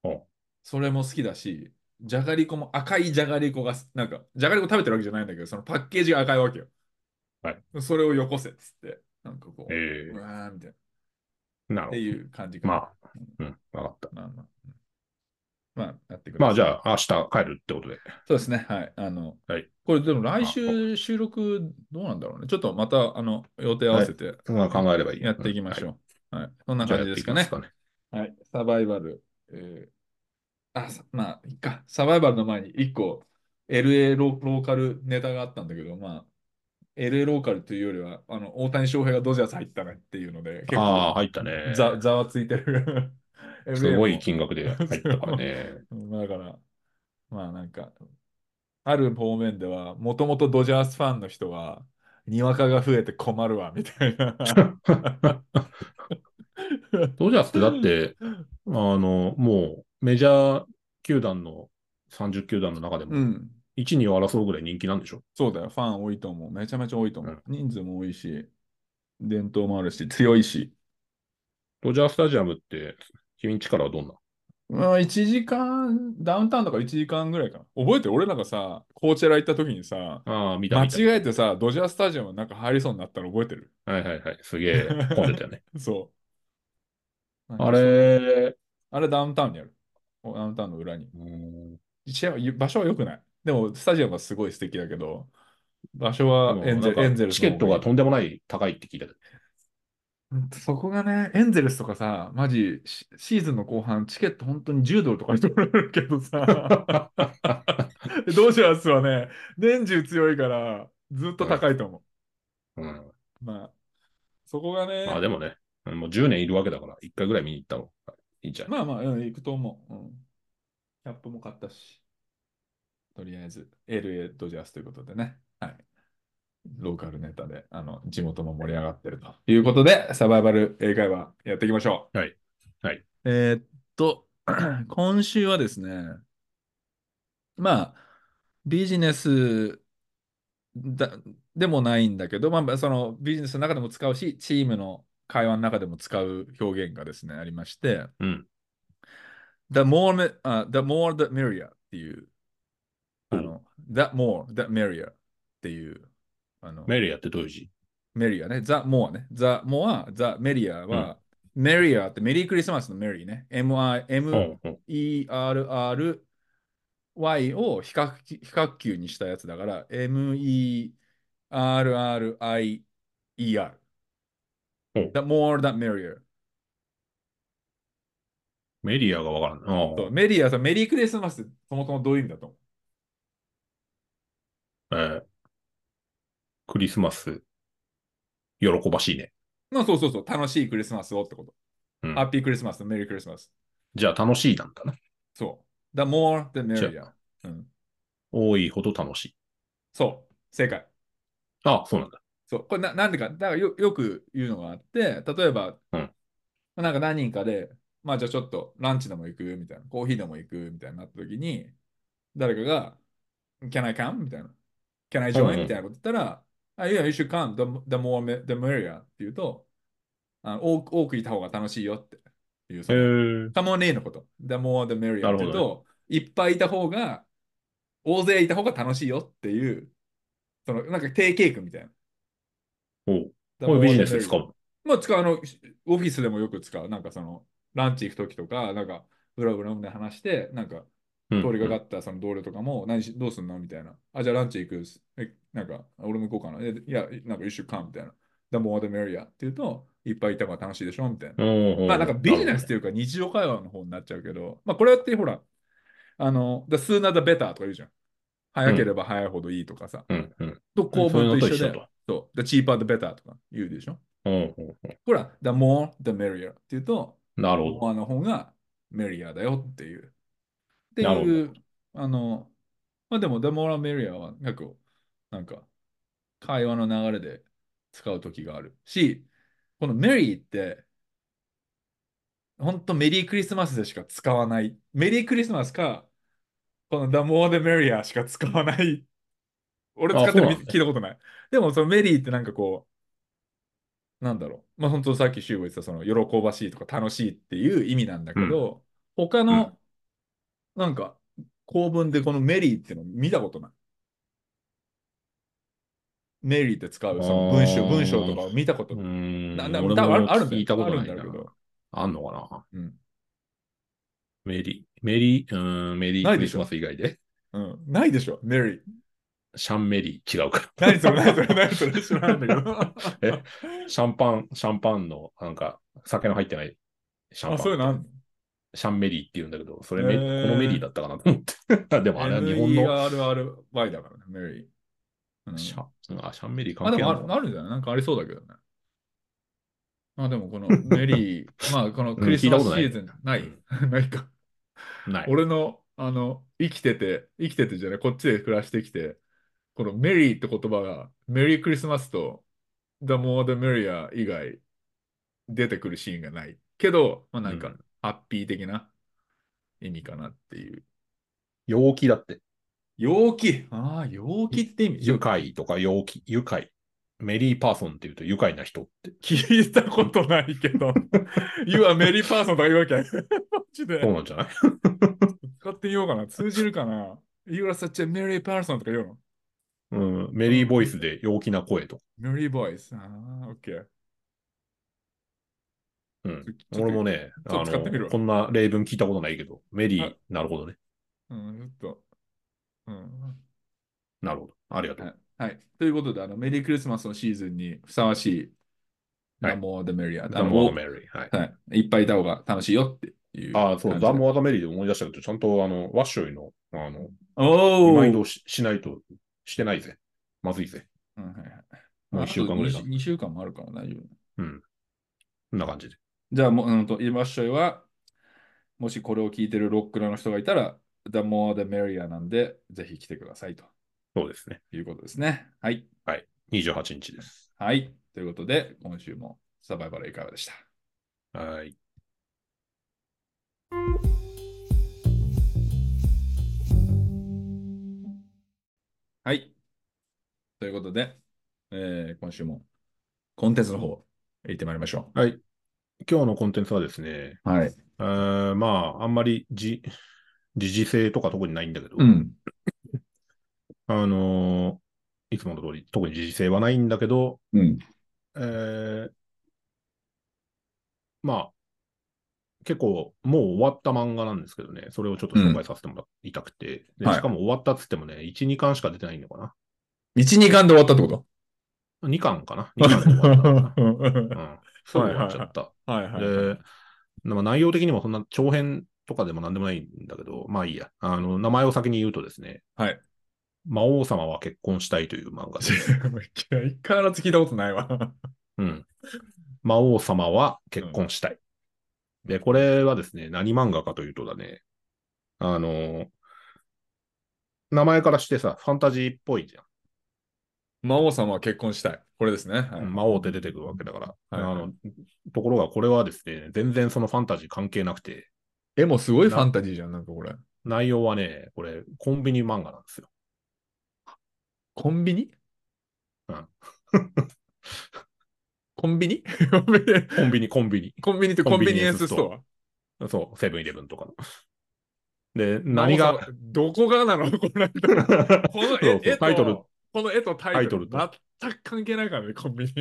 [SPEAKER 2] お。
[SPEAKER 1] それも好きだし、じゃがりこも赤いじゃがりこがす、なんか、じゃがりこ食べてるわけじゃないんだけど、そのパッケージが赤いわけよ。
[SPEAKER 2] はい
[SPEAKER 1] それをよこせっつって、なんかこう、
[SPEAKER 2] え
[SPEAKER 1] うわーみたいな。
[SPEAKER 2] えな
[SPEAKER 1] っ
[SPEAKER 2] るほ
[SPEAKER 1] て
[SPEAKER 2] ど。
[SPEAKER 1] いう感じかな。
[SPEAKER 2] まあ、うん、わかった。
[SPEAKER 1] まあまあ。うんまあ、やってくだ
[SPEAKER 2] まあ、
[SPEAKER 1] さい
[SPEAKER 2] じゃあ、明日帰るってことで。
[SPEAKER 1] そうですね。はい。あの、
[SPEAKER 2] はい
[SPEAKER 1] これでも来
[SPEAKER 2] あ
[SPEAKER 1] 週収録どうなんだろうね。ちょっとまた、あの、予定合わせて
[SPEAKER 2] そんなの考えればいい。
[SPEAKER 1] やっていきまし
[SPEAKER 2] う
[SPEAKER 1] ょう。はい。そん
[SPEAKER 2] ん。
[SPEAKER 1] な
[SPEAKER 2] はいじゃあ
[SPEAKER 1] 感じ
[SPEAKER 2] やっ
[SPEAKER 1] で
[SPEAKER 2] てい
[SPEAKER 1] す
[SPEAKER 2] き
[SPEAKER 1] か
[SPEAKER 2] ます
[SPEAKER 1] ね。
[SPEAKER 2] かね。
[SPEAKER 1] はい。サバイバル。えーあ、さまあ、いっか。サバイバルの前に一個 LA ロローカルネタがあったんだけど、まあ、 LA ローカルというよりは、あの、大谷翔平がドジャース入ったねっていうので、結
[SPEAKER 2] ああ、
[SPEAKER 1] 構
[SPEAKER 2] 入ったね。
[SPEAKER 1] ざ、ざわついてる。
[SPEAKER 2] すごい
[SPEAKER 1] LA も
[SPEAKER 2] 金額で入ったからね。
[SPEAKER 1] だから、まあなんか、ある方面では、もともとドジャースファンの人は、にわかが増えて困るわ、みたいな。
[SPEAKER 2] ドジャースってだ って、あの、もうメジャー球団の30球団の中で
[SPEAKER 1] う
[SPEAKER 2] も、
[SPEAKER 1] ん、
[SPEAKER 2] 1、2を争うぐらい人気なんでしょ、
[SPEAKER 1] そうだよ。ファン多いと思う。めちゃめちゃ多いと思う。人数も多いし、伝統もあるし、強いし。
[SPEAKER 2] ドジャースタジアムって、君んちからはどんな
[SPEAKER 1] まあ、1時間、ダウンタウンだから1時間ぐらいかな。覚えてる俺なんかさ、コーチェラ行った時にさ、
[SPEAKER 2] ああ、見た
[SPEAKER 1] 間
[SPEAKER 2] 見た。
[SPEAKER 1] 違えてさ、ドジャースタジアムなんか入りそうになったの覚えてる
[SPEAKER 2] はいはいはい。すげえ混んでたよ ね。
[SPEAKER 1] そう。
[SPEAKER 2] あれ、
[SPEAKER 1] あれダウンタウンにある。おダウンタウンの裏に。
[SPEAKER 2] うん
[SPEAKER 1] 試合は場所は良くない。でも、スタジアムはすごい素敵だけど、場所はエンゼ
[SPEAKER 2] なんか
[SPEAKER 1] エンゼルス
[SPEAKER 2] チケットがとんでもない高いって聞いたけど。
[SPEAKER 1] うんそこがね、エンゼルスとかさ、マジ、シシーズンの後半、チケット本当に10ドルとかしてもらえるけどさ、 ドジャースはね、年中強いから、ずっと高いと思
[SPEAKER 2] うん、
[SPEAKER 1] う。まあ、そこがね、
[SPEAKER 2] まあでもね、もう10年いるわけだから、1回ぐらい見に行った方がいいんじゃない、
[SPEAKER 1] まあまあ、うん、行くと思う。うん。キャップも買ったし。とりあえず、LA ドジャースということでね。はい。ローカルネタで、あの、地元も盛り上がってるということで、サバイバル英会話やっていきましょう。
[SPEAKER 2] はい。はい。
[SPEAKER 1] えーっと、 今週はですね、まあ、ビジネスだでもないんだけど、まあ、そのビジネスの中でも使うし、チームの会話の中でも使う表現がですね、ありまして、
[SPEAKER 2] うん。
[SPEAKER 1] The more, me- あ the more the merrier っていう、あ
[SPEAKER 2] うん
[SPEAKER 1] の、The more the merrier っていう、あの、
[SPEAKER 2] メリアってどういう字
[SPEAKER 1] merrier ね、The more ね、The more, The merrier は、merrier ってメリークリスマスのメリーね、
[SPEAKER 2] うん
[SPEAKER 1] M-I-M-E-R-R
[SPEAKER 2] うん。
[SPEAKER 1] Y を比較き比較級にしたやつだから、M-E-R-R-I-E-R。
[SPEAKER 2] う
[SPEAKER 1] The
[SPEAKER 2] ん
[SPEAKER 1] more the merrier。
[SPEAKER 2] メリアがわからんな。
[SPEAKER 1] そうメリーはさ、メリークリスマスってそもそもどういう意味だと思う
[SPEAKER 2] えークリスマス、喜ばしいね。
[SPEAKER 1] まあそうそうそう、楽しいクリスマスをってこと。
[SPEAKER 2] うん
[SPEAKER 1] ハッピークリスマス、メリークリスマス。
[SPEAKER 2] じゃあ楽しいなんだな。
[SPEAKER 1] そう。The more, the
[SPEAKER 2] じ
[SPEAKER 1] merrier。うん、
[SPEAKER 2] 多いほど楽しい。
[SPEAKER 1] そう、正解。
[SPEAKER 2] あそうなんだ。
[SPEAKER 1] そう。これな、なんでか、だからよよく言うのがあって、例えば、
[SPEAKER 2] うん
[SPEAKER 1] まあなんか何人かで、まあじゃあちょっとランチでも行くみたいな、コーヒーでも行くみたいになった時に、誰かが、Can I come? みたいな。Can I
[SPEAKER 2] うん
[SPEAKER 1] join? みたいなこと言ったら、あ、いや、you should come. The, the more, me- the merrier. って言うと、あの多く多くいた方が楽しいよっていう、その
[SPEAKER 2] ー、
[SPEAKER 1] カモネーのこと。The more the merrier
[SPEAKER 2] なる
[SPEAKER 1] って
[SPEAKER 2] ほ
[SPEAKER 1] いう
[SPEAKER 2] どね
[SPEAKER 1] と、いっぱいいた方が、大勢いた方が楽しいよっていう、そのなんか定型句みたいな。
[SPEAKER 2] おう
[SPEAKER 1] The
[SPEAKER 2] こ
[SPEAKER 1] more
[SPEAKER 2] れ
[SPEAKER 1] the
[SPEAKER 2] ビジネスで使
[SPEAKER 1] merrier
[SPEAKER 2] う
[SPEAKER 1] まあ使う、あの、オフィスでもよく使う。なんかその、ランチ行くときとか、なんか、ブラブラ飲んで話して、なんか、
[SPEAKER 2] の。
[SPEAKER 1] 通りかか
[SPEAKER 2] っ
[SPEAKER 1] ったその同僚とかも、何し、どうすんのみたいな。あ、じゃあランチ行くっす。え、なんか、俺も行こうかな。えいや、なんか、一週間みたいな。The more the merrier っていうと、いっぱいいた方が楽しいでしょみたいな。まあなんかビジネスというか日常会話の方になっちゃうけど、まあこれってほら、あの、the sooner the better とか言うじゃん。早ければ早いほどいいとかさ。
[SPEAKER 2] うんうん。
[SPEAKER 1] と公文と一緒
[SPEAKER 2] そういう
[SPEAKER 1] で
[SPEAKER 2] のと一緒、
[SPEAKER 1] そう、the cheaper the better とか言うでしょ。
[SPEAKER 2] うんうんう
[SPEAKER 1] ほら、the more the merrier って言うと、
[SPEAKER 2] んなるほど。
[SPEAKER 1] あの方がメリアだよっていう。って
[SPEAKER 2] なるほど
[SPEAKER 1] いう、あの、まあでも、The More m e r i は結構、なんか、会話の流れで使う時があるし、このメリーって、本当メリークリスマスでしか使わない。メリークリスマスか、この The More the Merrier しか使わない。俺使ってる
[SPEAKER 2] あそうなんだ
[SPEAKER 1] 聞いたことない。でも、そのメリーってなんかこう、なんだろう。まあ本当さっきシュウが言ってた、その喜ばしいとか楽しいっていう意味なんだけど、他の、なんか、公文でこのメリーっていうの見たことない。メリーって使う、その文章、
[SPEAKER 2] あー
[SPEAKER 1] 文章とかを見たこと
[SPEAKER 2] う
[SPEAKER 1] ない。
[SPEAKER 2] ん。
[SPEAKER 1] なな
[SPEAKER 2] 俺
[SPEAKER 1] 多分あ
[SPEAKER 2] も
[SPEAKER 1] るあるんだ
[SPEAKER 2] 聞
[SPEAKER 1] よ
[SPEAKER 2] いたことない
[SPEAKER 1] あるんだ
[SPEAKER 2] な
[SPEAKER 1] け。ど。
[SPEAKER 2] あんのかな
[SPEAKER 1] うん。
[SPEAKER 2] メリー。メリー、うん、メリー
[SPEAKER 1] な
[SPEAKER 2] ク
[SPEAKER 1] いで
[SPEAKER 2] リ
[SPEAKER 1] し
[SPEAKER 2] ス
[SPEAKER 1] ょ
[SPEAKER 2] マス以外で。
[SPEAKER 1] うん、ないでしょ、メリー。
[SPEAKER 2] シャンメリー違うか。
[SPEAKER 1] 何それ、何それ、何それ、知らんだけど。
[SPEAKER 2] え シャンパン、シャンパンの、なんか、酒の入ってないシャンパン。
[SPEAKER 1] あ、そういうのあんの
[SPEAKER 2] シャンメリーって言うんだけど、それメ、
[SPEAKER 1] へー
[SPEAKER 2] このメリーだったかなと思って。でもあれは日本の、
[SPEAKER 1] ?MERRY だからね、メリー。うん
[SPEAKER 2] シャ、あ、シャンメリー
[SPEAKER 1] まあ
[SPEAKER 2] 関
[SPEAKER 1] で
[SPEAKER 2] 係
[SPEAKER 1] も
[SPEAKER 2] あ
[SPEAKER 1] あ
[SPEAKER 2] るの
[SPEAKER 1] るあるんじゃないなんかありそうだけどね。まあでもこのメリー、 まあこのクリスマスシーズン、ないない か。
[SPEAKER 2] ない。
[SPEAKER 1] 俺の、あの、生きてて、生きててじゃない、こっちで暮らしてきて、このメリーって言葉が、メリークリスマスと、The More the Merrier 以外、出てくるシーンがない。けど、まあなん
[SPEAKER 2] う
[SPEAKER 1] か
[SPEAKER 2] ん、
[SPEAKER 1] ハッピー的な意味かなっていう。
[SPEAKER 2] 陽気だって。
[SPEAKER 1] 陽気ああ、陽気って意味
[SPEAKER 2] 愉快とか陽気、愉快。メリーパーソンっていうと愉快な人って。
[SPEAKER 1] 聞いたことないけ ど、You are Merry Person とか言うわ け。マジで
[SPEAKER 2] そうなんじゃない
[SPEAKER 1] 使ってみようかな。通じるかな ?You are such a Merry Person とか言うの
[SPEAKER 2] うん。メリーボイスで陽気な声と。
[SPEAKER 1] メリーボイス。ああ、オッケー。
[SPEAKER 2] うん。
[SPEAKER 1] ちょ
[SPEAKER 2] 俺もね、
[SPEAKER 1] ちょ
[SPEAKER 2] あ
[SPEAKER 1] っと使ってみる
[SPEAKER 2] の、
[SPEAKER 1] わ
[SPEAKER 2] こんな例文聞いたことないけど、メリ
[SPEAKER 1] あ
[SPEAKER 2] ー、なるほどね。
[SPEAKER 1] うん、ちょっと。うん。
[SPEAKER 2] なるほど。ありがとう。
[SPEAKER 1] はい。ということで、あの、メリークリスマスのシーズンにふさわしい、
[SPEAKER 2] はい
[SPEAKER 1] ダモア・デ・メリア。あ
[SPEAKER 2] The
[SPEAKER 1] の
[SPEAKER 2] More the Merry はい。
[SPEAKER 1] はい。いっぱいいた方が楽しいよっていう。
[SPEAKER 2] ああ、そう、
[SPEAKER 1] 感じ
[SPEAKER 2] ザ・モア・ザ・メリーで思い出したけど、ちゃんとあの、ワッショイの、あの、
[SPEAKER 1] お
[SPEAKER 2] リ
[SPEAKER 1] お、
[SPEAKER 2] マ
[SPEAKER 1] う
[SPEAKER 2] イン
[SPEAKER 1] ん
[SPEAKER 2] ドをししないとしてないぜ。まずいぜ。
[SPEAKER 1] はいはい
[SPEAKER 2] もう一週間ぐらいだ
[SPEAKER 1] あと。二週間もあるから大丈夫。
[SPEAKER 2] こんな感じで。
[SPEAKER 1] じゃあ、もう、うんと、イマッショイは、もしこれを聞いてるロックラーの人がいたら、The more the merrier なんで、ぜひ来てくださいと
[SPEAKER 2] そうですね。
[SPEAKER 1] いうことですね。はい。
[SPEAKER 2] 28日です。
[SPEAKER 1] はい。ということで、今週もサバイバルいかがでした
[SPEAKER 2] はい。
[SPEAKER 1] はい。ということで、えー今週もコンテンツの方、行ってまいりましょ
[SPEAKER 2] はい。今日のコンテンツはですね、
[SPEAKER 1] う。はい。
[SPEAKER 2] えーまあ、あんまりじ、時事性とか特にないんだけど、
[SPEAKER 1] うん。
[SPEAKER 2] あのーいつもの通り、特に時事性はないんだけど、
[SPEAKER 1] うん。
[SPEAKER 2] えーまあ、結構、もう終わった漫画なんですけどね、それをちょっと紹介させてもらいたくて、で
[SPEAKER 1] はい
[SPEAKER 2] しかも終わったっつってもね、1、2巻しか出てないのかな
[SPEAKER 1] 1、2巻で終わったってこと
[SPEAKER 2] ?2 巻 かな ?2 巻で終わったのかなうん。すぐ
[SPEAKER 1] はい
[SPEAKER 2] 終
[SPEAKER 1] はい
[SPEAKER 2] わ
[SPEAKER 1] はい
[SPEAKER 2] っちゃった。
[SPEAKER 1] はいはい。
[SPEAKER 2] で、まあ、内容的にもそんな長編とかでもなんでもないんだけど、まあいいや。あの、名前を先に言うとですね、
[SPEAKER 1] はい。
[SPEAKER 2] 魔王様は結婚したいという漫画です。
[SPEAKER 1] 一回らず聞いたことないわ。
[SPEAKER 2] うん。魔王様は結婚したい。で、これはですね、何漫画かというとだね、あの、名前からしてさ、ファンタジーっぽいじゃん。
[SPEAKER 1] 魔王様は結婚したい。これですね。はい
[SPEAKER 2] 魔王って出てくるわけだから。
[SPEAKER 1] はい
[SPEAKER 2] あのところが、これはですね、全然そのファンタジー関係なくて、
[SPEAKER 1] 絵もすごいファンタジーじゃん、なんかこれ。
[SPEAKER 2] 内容はね、これ、コンビニ漫画な んですよ。
[SPEAKER 1] コンビニ
[SPEAKER 2] うん。
[SPEAKER 1] コンビニコンビニ
[SPEAKER 2] コンビニ、コンビニ。
[SPEAKER 1] コンビニってコンビニエンスス
[SPEAKER 2] コンビ
[SPEAKER 1] トア
[SPEAKER 2] そう、セブンイレブンとかの。で、何
[SPEAKER 1] 魔王
[SPEAKER 2] が、
[SPEAKER 1] 様どこがなの これ。この
[SPEAKER 2] そう
[SPEAKER 1] 絵絵
[SPEAKER 2] そう
[SPEAKER 1] と
[SPEAKER 2] タイトル
[SPEAKER 1] この絵とタイトル
[SPEAKER 2] タイト
[SPEAKER 1] 全く関係ないからね、コンビニ。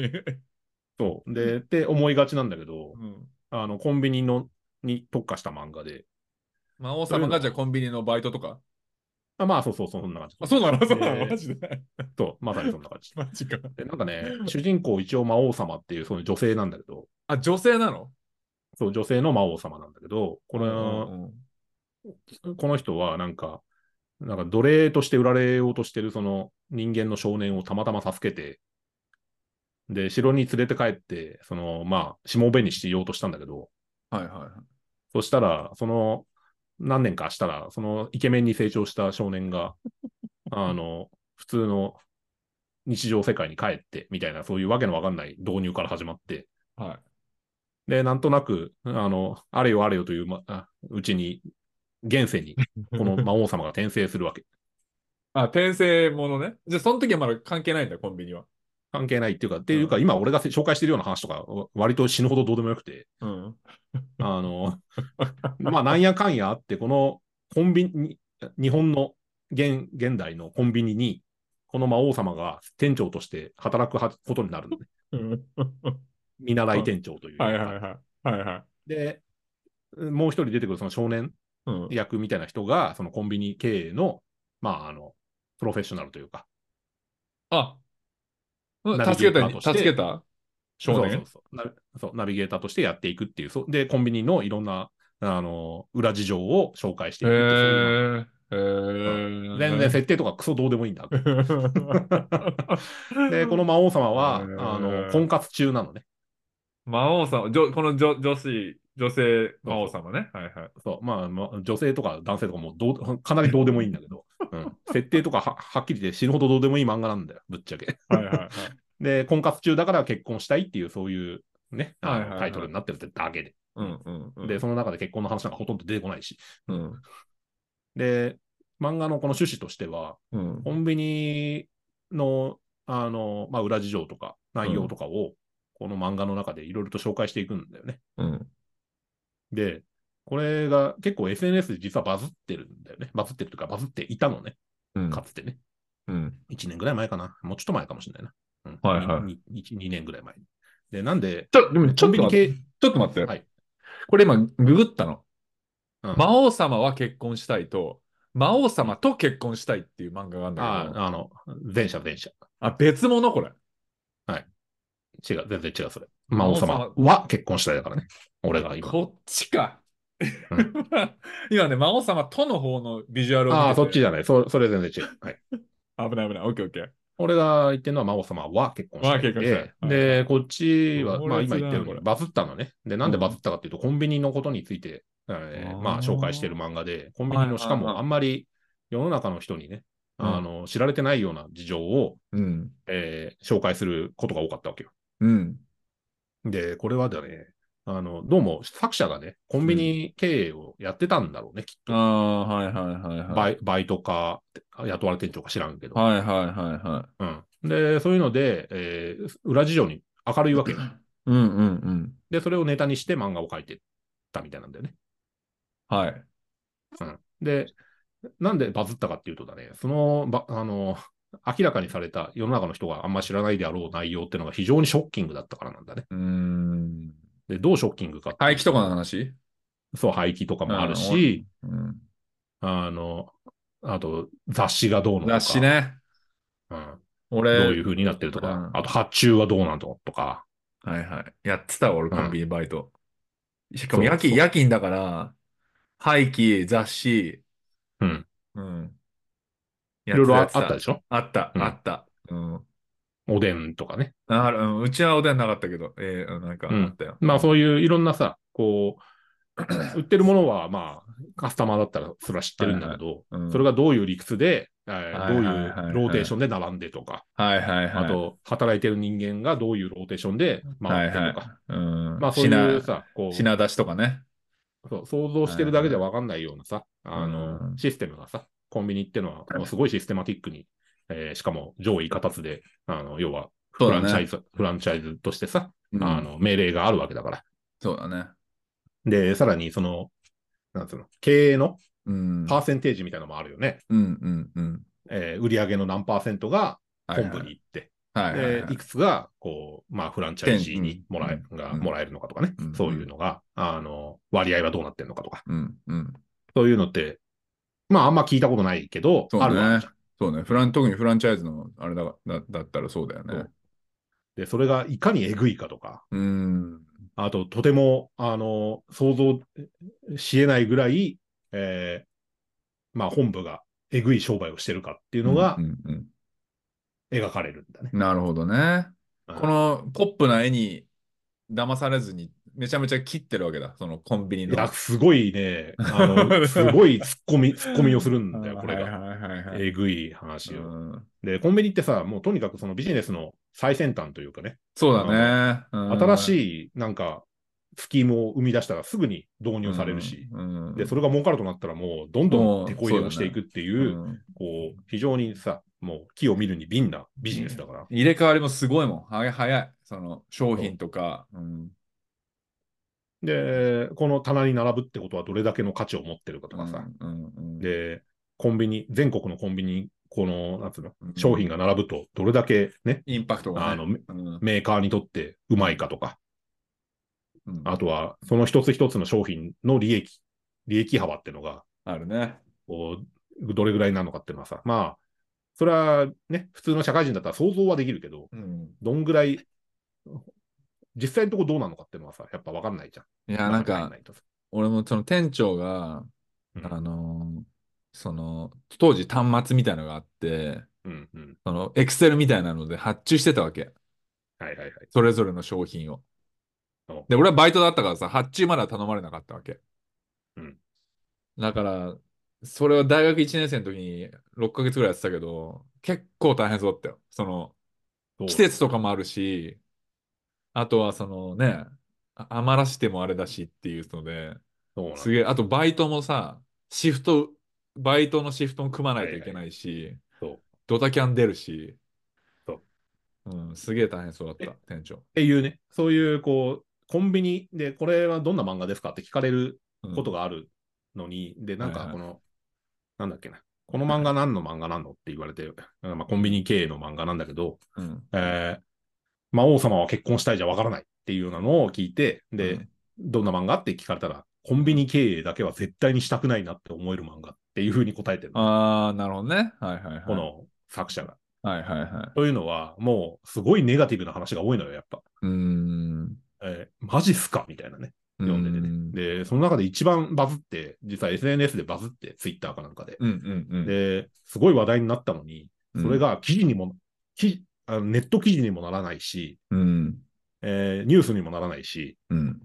[SPEAKER 2] そう、で、って思いがちなんだけど
[SPEAKER 1] う、ん
[SPEAKER 2] あの、コンビニの、に特化した漫画で。
[SPEAKER 1] 魔王様がじゃあコンビニのバイトとか。
[SPEAKER 2] あまあ、そうそう、そうそんな感じ。
[SPEAKER 1] あ、そうなのそうな
[SPEAKER 2] え
[SPEAKER 1] の
[SPEAKER 2] ー
[SPEAKER 1] マジで。
[SPEAKER 2] そう、まさにそんな感じ。
[SPEAKER 1] マジか。
[SPEAKER 2] で、なんかね、主人公一応魔王様っていう、その女性なんだけど、
[SPEAKER 1] あ、女性なの
[SPEAKER 2] そう、女性の魔王様なんだけど、これ、
[SPEAKER 1] うんうん
[SPEAKER 2] この人はなんか、なんか奴隷として売られようとしてるその人間の少年をたまたま助けて、で、城に連れて帰って、その、まあ、しもべにしていようとしたんだけど、
[SPEAKER 1] はいはいはい。
[SPEAKER 2] そしたら、その、何年かしたら、そのイケメンに成長した少年が、あの、普通の日常世界に帰って、みたいな、そういうわけのわかんない導入から始まって、
[SPEAKER 1] はい。
[SPEAKER 2] で、なんとなく、あの、あれよあれよという、ま、あうちに、現世に、この魔王様が転生するわけ。
[SPEAKER 1] あ、転生ものね。じゃあ、その時はまだ関係ないんだ、コンビニは。
[SPEAKER 2] 関係ないっていうか、っていうか、
[SPEAKER 1] う
[SPEAKER 2] 今俺がせ紹介してるような話とか、わ割と死ぬほどどうでもよくて、
[SPEAKER 1] うん。
[SPEAKER 2] あの、まあ、なんやかんやあって、このコンビニ、日本の現現代のコンビニに、この魔王様が店長として働くはことになるのね。
[SPEAKER 1] うん
[SPEAKER 2] 見習い店長という。
[SPEAKER 1] はいはいはい。はいはい。
[SPEAKER 2] で、もう一人出てくるその少年
[SPEAKER 1] うん。
[SPEAKER 2] 役みたいな人が、そのコンビニ経営の、まあ、あの、プロフェッショナルというか、
[SPEAKER 1] あ、うん
[SPEAKER 2] ナビ
[SPEAKER 1] 助
[SPEAKER 2] ゲ
[SPEAKER 1] け
[SPEAKER 2] ー
[SPEAKER 1] たよ
[SPEAKER 2] ター
[SPEAKER 1] ね、
[SPEAKER 2] として
[SPEAKER 1] 助けた少年
[SPEAKER 2] そうそうそうナビそうナビゲーターとしてやっていくっていう、そうで、コンビニのいろんな、あの、裏事情を紹介していくっていうそういう
[SPEAKER 1] へえー、
[SPEAKER 2] 全然設定とかクソどうでもいいんだ。 で、この魔王様は、
[SPEAKER 1] えー
[SPEAKER 2] あの、婚活中なのね。
[SPEAKER 1] 魔王様、じょこの女女子、女性魔王様ね。はいはい。
[SPEAKER 2] そう、まあ、まあ女性とか男性とかもうどう、 かなりどうでもいいんだけど、うん、設定とかははっきり言って死ぬほどどうでもいい漫画なんだよ、ぶっちゃけ。
[SPEAKER 1] はい はいはい。
[SPEAKER 2] で、婚活中だから結婚したいっていう、そういうね、
[SPEAKER 1] は
[SPEAKER 2] あの
[SPEAKER 1] いはいはい
[SPEAKER 2] タイトルになってるってだけで。
[SPEAKER 1] うんうんうん。
[SPEAKER 2] で、その中で結婚の話なんかほとんど出てこないし。
[SPEAKER 1] うん。
[SPEAKER 2] で、漫画のこの趣旨としては、
[SPEAKER 1] うん。
[SPEAKER 2] コンビニの、あの、まあ、裏事情とか内容とかを、この漫画の中でいろいろと紹介していくんだよね。
[SPEAKER 1] うん。
[SPEAKER 2] で、これが結構 SNS で実はバズってるんだよね。バズってるというか、バズっていたのね。
[SPEAKER 1] うん。
[SPEAKER 2] かつてね。
[SPEAKER 1] うん。
[SPEAKER 2] 1年ぐらい前かな。もうちょっと前かもしれないな。うん、
[SPEAKER 1] はいはい
[SPEAKER 2] い。1、2年ぐらい前に。で、なんで、
[SPEAKER 1] ちょ、でもち
[SPEAKER 2] コ
[SPEAKER 1] ょ
[SPEAKER 2] ン
[SPEAKER 1] っ
[SPEAKER 2] ビ
[SPEAKER 1] と待
[SPEAKER 2] ニ
[SPEAKER 1] って、
[SPEAKER 2] 系、
[SPEAKER 1] ちょっと待って。
[SPEAKER 2] はい
[SPEAKER 1] これ今、ググったの、
[SPEAKER 2] うん
[SPEAKER 1] 魔王様は結婚したいと、魔王様と結婚したいっていう漫画があるんだ
[SPEAKER 2] あ
[SPEAKER 1] けど、あ
[SPEAKER 2] あの、前者前者。
[SPEAKER 1] 別物これ。
[SPEAKER 2] 違う、全然違う、それ。魔王様
[SPEAKER 1] 魔王
[SPEAKER 2] は結婚したいだからね。俺が今。
[SPEAKER 1] こっちか
[SPEAKER 2] う。
[SPEAKER 1] 今ね、魔王様との方のビジュアルを見てて
[SPEAKER 2] ああ、そっちじゃない。そそれ全然違う。はい。
[SPEAKER 1] 危ない危ない。オッケーオッケー。
[SPEAKER 2] 俺が言ってるのは魔王様は結婚したい
[SPEAKER 1] は結婚したいはい
[SPEAKER 2] で、こっちは、まあ
[SPEAKER 1] 猛烈だ
[SPEAKER 2] 今
[SPEAKER 1] な
[SPEAKER 2] 言ってるの
[SPEAKER 1] これ
[SPEAKER 2] がバズったのね。で、なんでバズったかっていうと、コンビニのことについて、えー
[SPEAKER 1] あー
[SPEAKER 2] まあ紹介してる漫画で、コンビニのしか
[SPEAKER 1] はいはいは
[SPEAKER 2] も
[SPEAKER 1] い
[SPEAKER 2] あんまり世の中の人にね、
[SPEAKER 1] うん
[SPEAKER 2] あの、知られてないような事情を、
[SPEAKER 1] うん。
[SPEAKER 2] えー紹介することが多かったわけよ。
[SPEAKER 1] うん。
[SPEAKER 2] で、これはだね、あの、どうも作者がね、コンビニ経営をやってたんだろうね、きっ
[SPEAKER 1] あ
[SPEAKER 2] と。
[SPEAKER 1] あ、はいはいはいは
[SPEAKER 2] バ
[SPEAKER 1] い。
[SPEAKER 2] イバイトか、雇われ店長か知らんけど。
[SPEAKER 1] はいはいはいは
[SPEAKER 2] うん、で、そういうので、えー裏事情に明るいわけよ。
[SPEAKER 1] い。うんうんうん。
[SPEAKER 2] で、それをネタにして漫画を描いてたみたいなんだよね。
[SPEAKER 1] はい。
[SPEAKER 2] で、なんでバズったかっていうとだね、その、ばあの、明らかにされた世の中の人があんま知らないであろう内容っていうのが非常にショッキングだったからなんだね。
[SPEAKER 1] うーん。
[SPEAKER 2] で、どうショッキングかっていう
[SPEAKER 1] 廃棄とかの話
[SPEAKER 2] そう、廃棄とかもあるし、
[SPEAKER 1] うん。
[SPEAKER 2] あの、あと、雑誌がどうのとか。
[SPEAKER 1] 雑誌ね。
[SPEAKER 2] うん。どう
[SPEAKER 1] 俺、
[SPEAKER 2] いう風になってるとか、
[SPEAKER 1] うん
[SPEAKER 2] あと発注はどうなのとか、
[SPEAKER 1] はいはい。やってたわ、俺、
[SPEAKER 2] うん
[SPEAKER 1] コンビニバイト。しかも
[SPEAKER 2] そう
[SPEAKER 1] 夜勤、
[SPEAKER 2] そう
[SPEAKER 1] 夜勤だから、廃棄、雑誌、
[SPEAKER 2] うん。
[SPEAKER 1] うん。
[SPEAKER 2] い
[SPEAKER 1] や
[SPEAKER 2] ろいろあ
[SPEAKER 1] や
[SPEAKER 2] あったでしょ
[SPEAKER 1] あった、
[SPEAKER 2] うん
[SPEAKER 1] あった。うん。
[SPEAKER 2] おでんとかね。
[SPEAKER 1] あるうんうちはおでんなかったけど、えー、なんか
[SPEAKER 2] うん
[SPEAKER 1] あったよ。
[SPEAKER 2] まあそういういろんなさ、こう、 売ってるものはまあカスタマーだったらそれは知ってるんだけど、
[SPEAKER 1] うん
[SPEAKER 2] それがどういう理屈で、えー
[SPEAKER 1] はいは
[SPEAKER 2] どう
[SPEAKER 1] い
[SPEAKER 2] い
[SPEAKER 1] はいはいう
[SPEAKER 2] ローテーションで並んでとか、
[SPEAKER 1] はいはいはい。
[SPEAKER 2] あと働いてる人間がどういうローテーションで
[SPEAKER 1] は
[SPEAKER 2] 回
[SPEAKER 1] い
[SPEAKER 2] ってとか、
[SPEAKER 1] はい。うん。
[SPEAKER 2] まあそういうさ、こ
[SPEAKER 1] 品、
[SPEAKER 2] う
[SPEAKER 1] 品出しとかね。
[SPEAKER 2] そう想像してるだけでわかんないようなさ、あの、
[SPEAKER 1] うん
[SPEAKER 2] システムがさ、コンビニってのはすごいシステマティックに、えーしかも上位形で、あの要は
[SPEAKER 1] そ
[SPEAKER 2] フ
[SPEAKER 1] う
[SPEAKER 2] ラ
[SPEAKER 1] だ
[SPEAKER 2] ンチャイ
[SPEAKER 1] ね。
[SPEAKER 2] ズ、フランチャイズとしてさ、
[SPEAKER 1] うん
[SPEAKER 2] あの命令があるわけだから。
[SPEAKER 1] そうだね。
[SPEAKER 2] で、さらにその、なんつうの、経営の
[SPEAKER 1] うん。
[SPEAKER 2] パーセンテージみたいなのもあるよね。
[SPEAKER 1] うんうんうん。
[SPEAKER 2] えー売上の何パーセントが
[SPEAKER 1] はいは
[SPEAKER 2] 本
[SPEAKER 1] い
[SPEAKER 2] 部に行って、
[SPEAKER 1] はいはいはい
[SPEAKER 2] で、いくつが、こう、まあ、フランチャイジーにもらえ、
[SPEAKER 1] うん
[SPEAKER 2] が
[SPEAKER 1] うん
[SPEAKER 2] もらえるのかとかね、
[SPEAKER 1] うん
[SPEAKER 2] そういうのが、あの、割合はどうなってんのかとか、
[SPEAKER 1] うんうん。
[SPEAKER 2] そういうのって、まあ、あんま聞いたことないけど、
[SPEAKER 1] そう
[SPEAKER 2] あるわ
[SPEAKER 1] ね
[SPEAKER 2] けじゃ。
[SPEAKER 1] そうね。フラン、特にフランチャイズのあれだだだったらそうだよ
[SPEAKER 2] そ
[SPEAKER 1] ね
[SPEAKER 2] う。んで、それがいかにえぐいかとか、
[SPEAKER 1] うん。
[SPEAKER 2] あと、とても、あの、想像しえないぐらい、えーまあ、本部がえぐい商売をしてるかっていうのが
[SPEAKER 1] うんうん
[SPEAKER 2] 描かれるんだね。
[SPEAKER 1] うんなるほどね。
[SPEAKER 2] うん
[SPEAKER 1] このポップな絵に騙されずに、めちゃめちゃ切ってるわけだ。そのコンビニ
[SPEAKER 2] い
[SPEAKER 1] の。
[SPEAKER 2] や、すごいね、あの、すごい突っ込み、突っ込みをするんだよ、これ
[SPEAKER 1] は
[SPEAKER 2] が。
[SPEAKER 1] いはいはいはい。
[SPEAKER 2] えぐい話
[SPEAKER 1] う
[SPEAKER 2] を。
[SPEAKER 1] ん
[SPEAKER 2] で、コンビニってさ、もうとにかくそのビジネスの最先端というかね、
[SPEAKER 1] そうだね。
[SPEAKER 2] 新
[SPEAKER 1] い
[SPEAKER 2] しいなんか、スキームを生み出したらすぐに導入されるし、、
[SPEAKER 1] うんうん
[SPEAKER 2] で、それが儲かるとなったらもうどんどん手こ入れをしていくっていうう、
[SPEAKER 1] ん
[SPEAKER 2] こう、非常にさ、もう木を見るに敏なビジネスだから。
[SPEAKER 1] 入れ替わりもすごいもん。はや早い。その商品とか。うん
[SPEAKER 2] で、この棚に並ぶってことはどれだけの価値を持ってるかとかさ、
[SPEAKER 1] うんうん
[SPEAKER 2] で、コンビニ、全国のコンビニ、この、なんつうの
[SPEAKER 1] うん、
[SPEAKER 2] 商品が並ぶと、どれだけね、
[SPEAKER 1] インパクトが、ね。
[SPEAKER 2] あのめ
[SPEAKER 1] うん
[SPEAKER 2] メーカーにとってうまいかとか、
[SPEAKER 1] うん
[SPEAKER 2] あとは、その一つ一つの商品の利益、利益幅っていうのが、
[SPEAKER 1] あるね。
[SPEAKER 2] こうどれぐらいなのかっていうのはさ、まあ、それはね、普通の社会人だったら想像はできるけど、
[SPEAKER 1] うん、
[SPEAKER 2] どんぐらい、実際のとこどうなのかっていうのはさ、やっぱ分かんないじゃん。
[SPEAKER 1] いや、なん
[SPEAKER 2] わ
[SPEAKER 1] か
[SPEAKER 2] い、とさ
[SPEAKER 1] 俺もその店長が、
[SPEAKER 2] うん
[SPEAKER 1] あのーその、当時端末みたいなのがあって、
[SPEAKER 2] うん、うん。
[SPEAKER 1] その、エクセルみたいなので発注してたわけ。
[SPEAKER 2] はいはいはい。
[SPEAKER 1] それぞれの商品を
[SPEAKER 2] お。
[SPEAKER 1] で、俺はバイトだったからさ、発注までは頼まれなかったわけ。
[SPEAKER 2] うん
[SPEAKER 1] だから、それは大学1年生の時に6ヶ月ぐらいやってたけど、結構大変そうだったよ。その、
[SPEAKER 2] そう
[SPEAKER 1] 季節とかもあるし、あとはそのね、あ余らしてもあれだしっていうので、
[SPEAKER 2] そうなんだ
[SPEAKER 1] すげえ、あとバイトもさ、シフト、バイトのシフトも組まないといけないし、
[SPEAKER 2] そうっ
[SPEAKER 1] ドタキャン出るし、
[SPEAKER 2] そう
[SPEAKER 1] うん、すげえ大変そうだった、店長。
[SPEAKER 2] ていうね、そういうこう、コンビニで、これはどんな漫画ですかって聞かれる
[SPEAKER 1] うん
[SPEAKER 2] ことがあるのに、で、なん
[SPEAKER 1] はい
[SPEAKER 2] か
[SPEAKER 1] はい
[SPEAKER 2] この、なんだっけな、この漫画何の漫画なのって言われて、まあ、コンビニ経営の漫画なんだけど、
[SPEAKER 1] うん、
[SPEAKER 2] えー、魔王様は結婚したいじゃわからないっていうようなのを聞いて、で、
[SPEAKER 1] うん
[SPEAKER 2] どんな漫画って聞かれたら、コンビニ経営だけは絶対にしたくないなって思える漫画っていうふうに答えてるの、
[SPEAKER 1] ああ、なるほどね。はいはいはい。
[SPEAKER 2] この作者が。
[SPEAKER 1] はいはいはい。
[SPEAKER 2] というのは、もうすごいネガティブな話が多いのよ、やっぱ。
[SPEAKER 1] うーん。
[SPEAKER 2] えーマジっすかみたいなね、読んでて
[SPEAKER 1] うー
[SPEAKER 2] ね。で、その中で一番バズって、実は SNS でバズって、Twitter かなんかで。
[SPEAKER 1] うんうんうん。
[SPEAKER 2] で、すごい話題になったのに、
[SPEAKER 1] うん
[SPEAKER 2] それ、が記事にも、記あのネット記事にもならないし、
[SPEAKER 1] うん、
[SPEAKER 2] えーニュースにもならないし、
[SPEAKER 1] うん。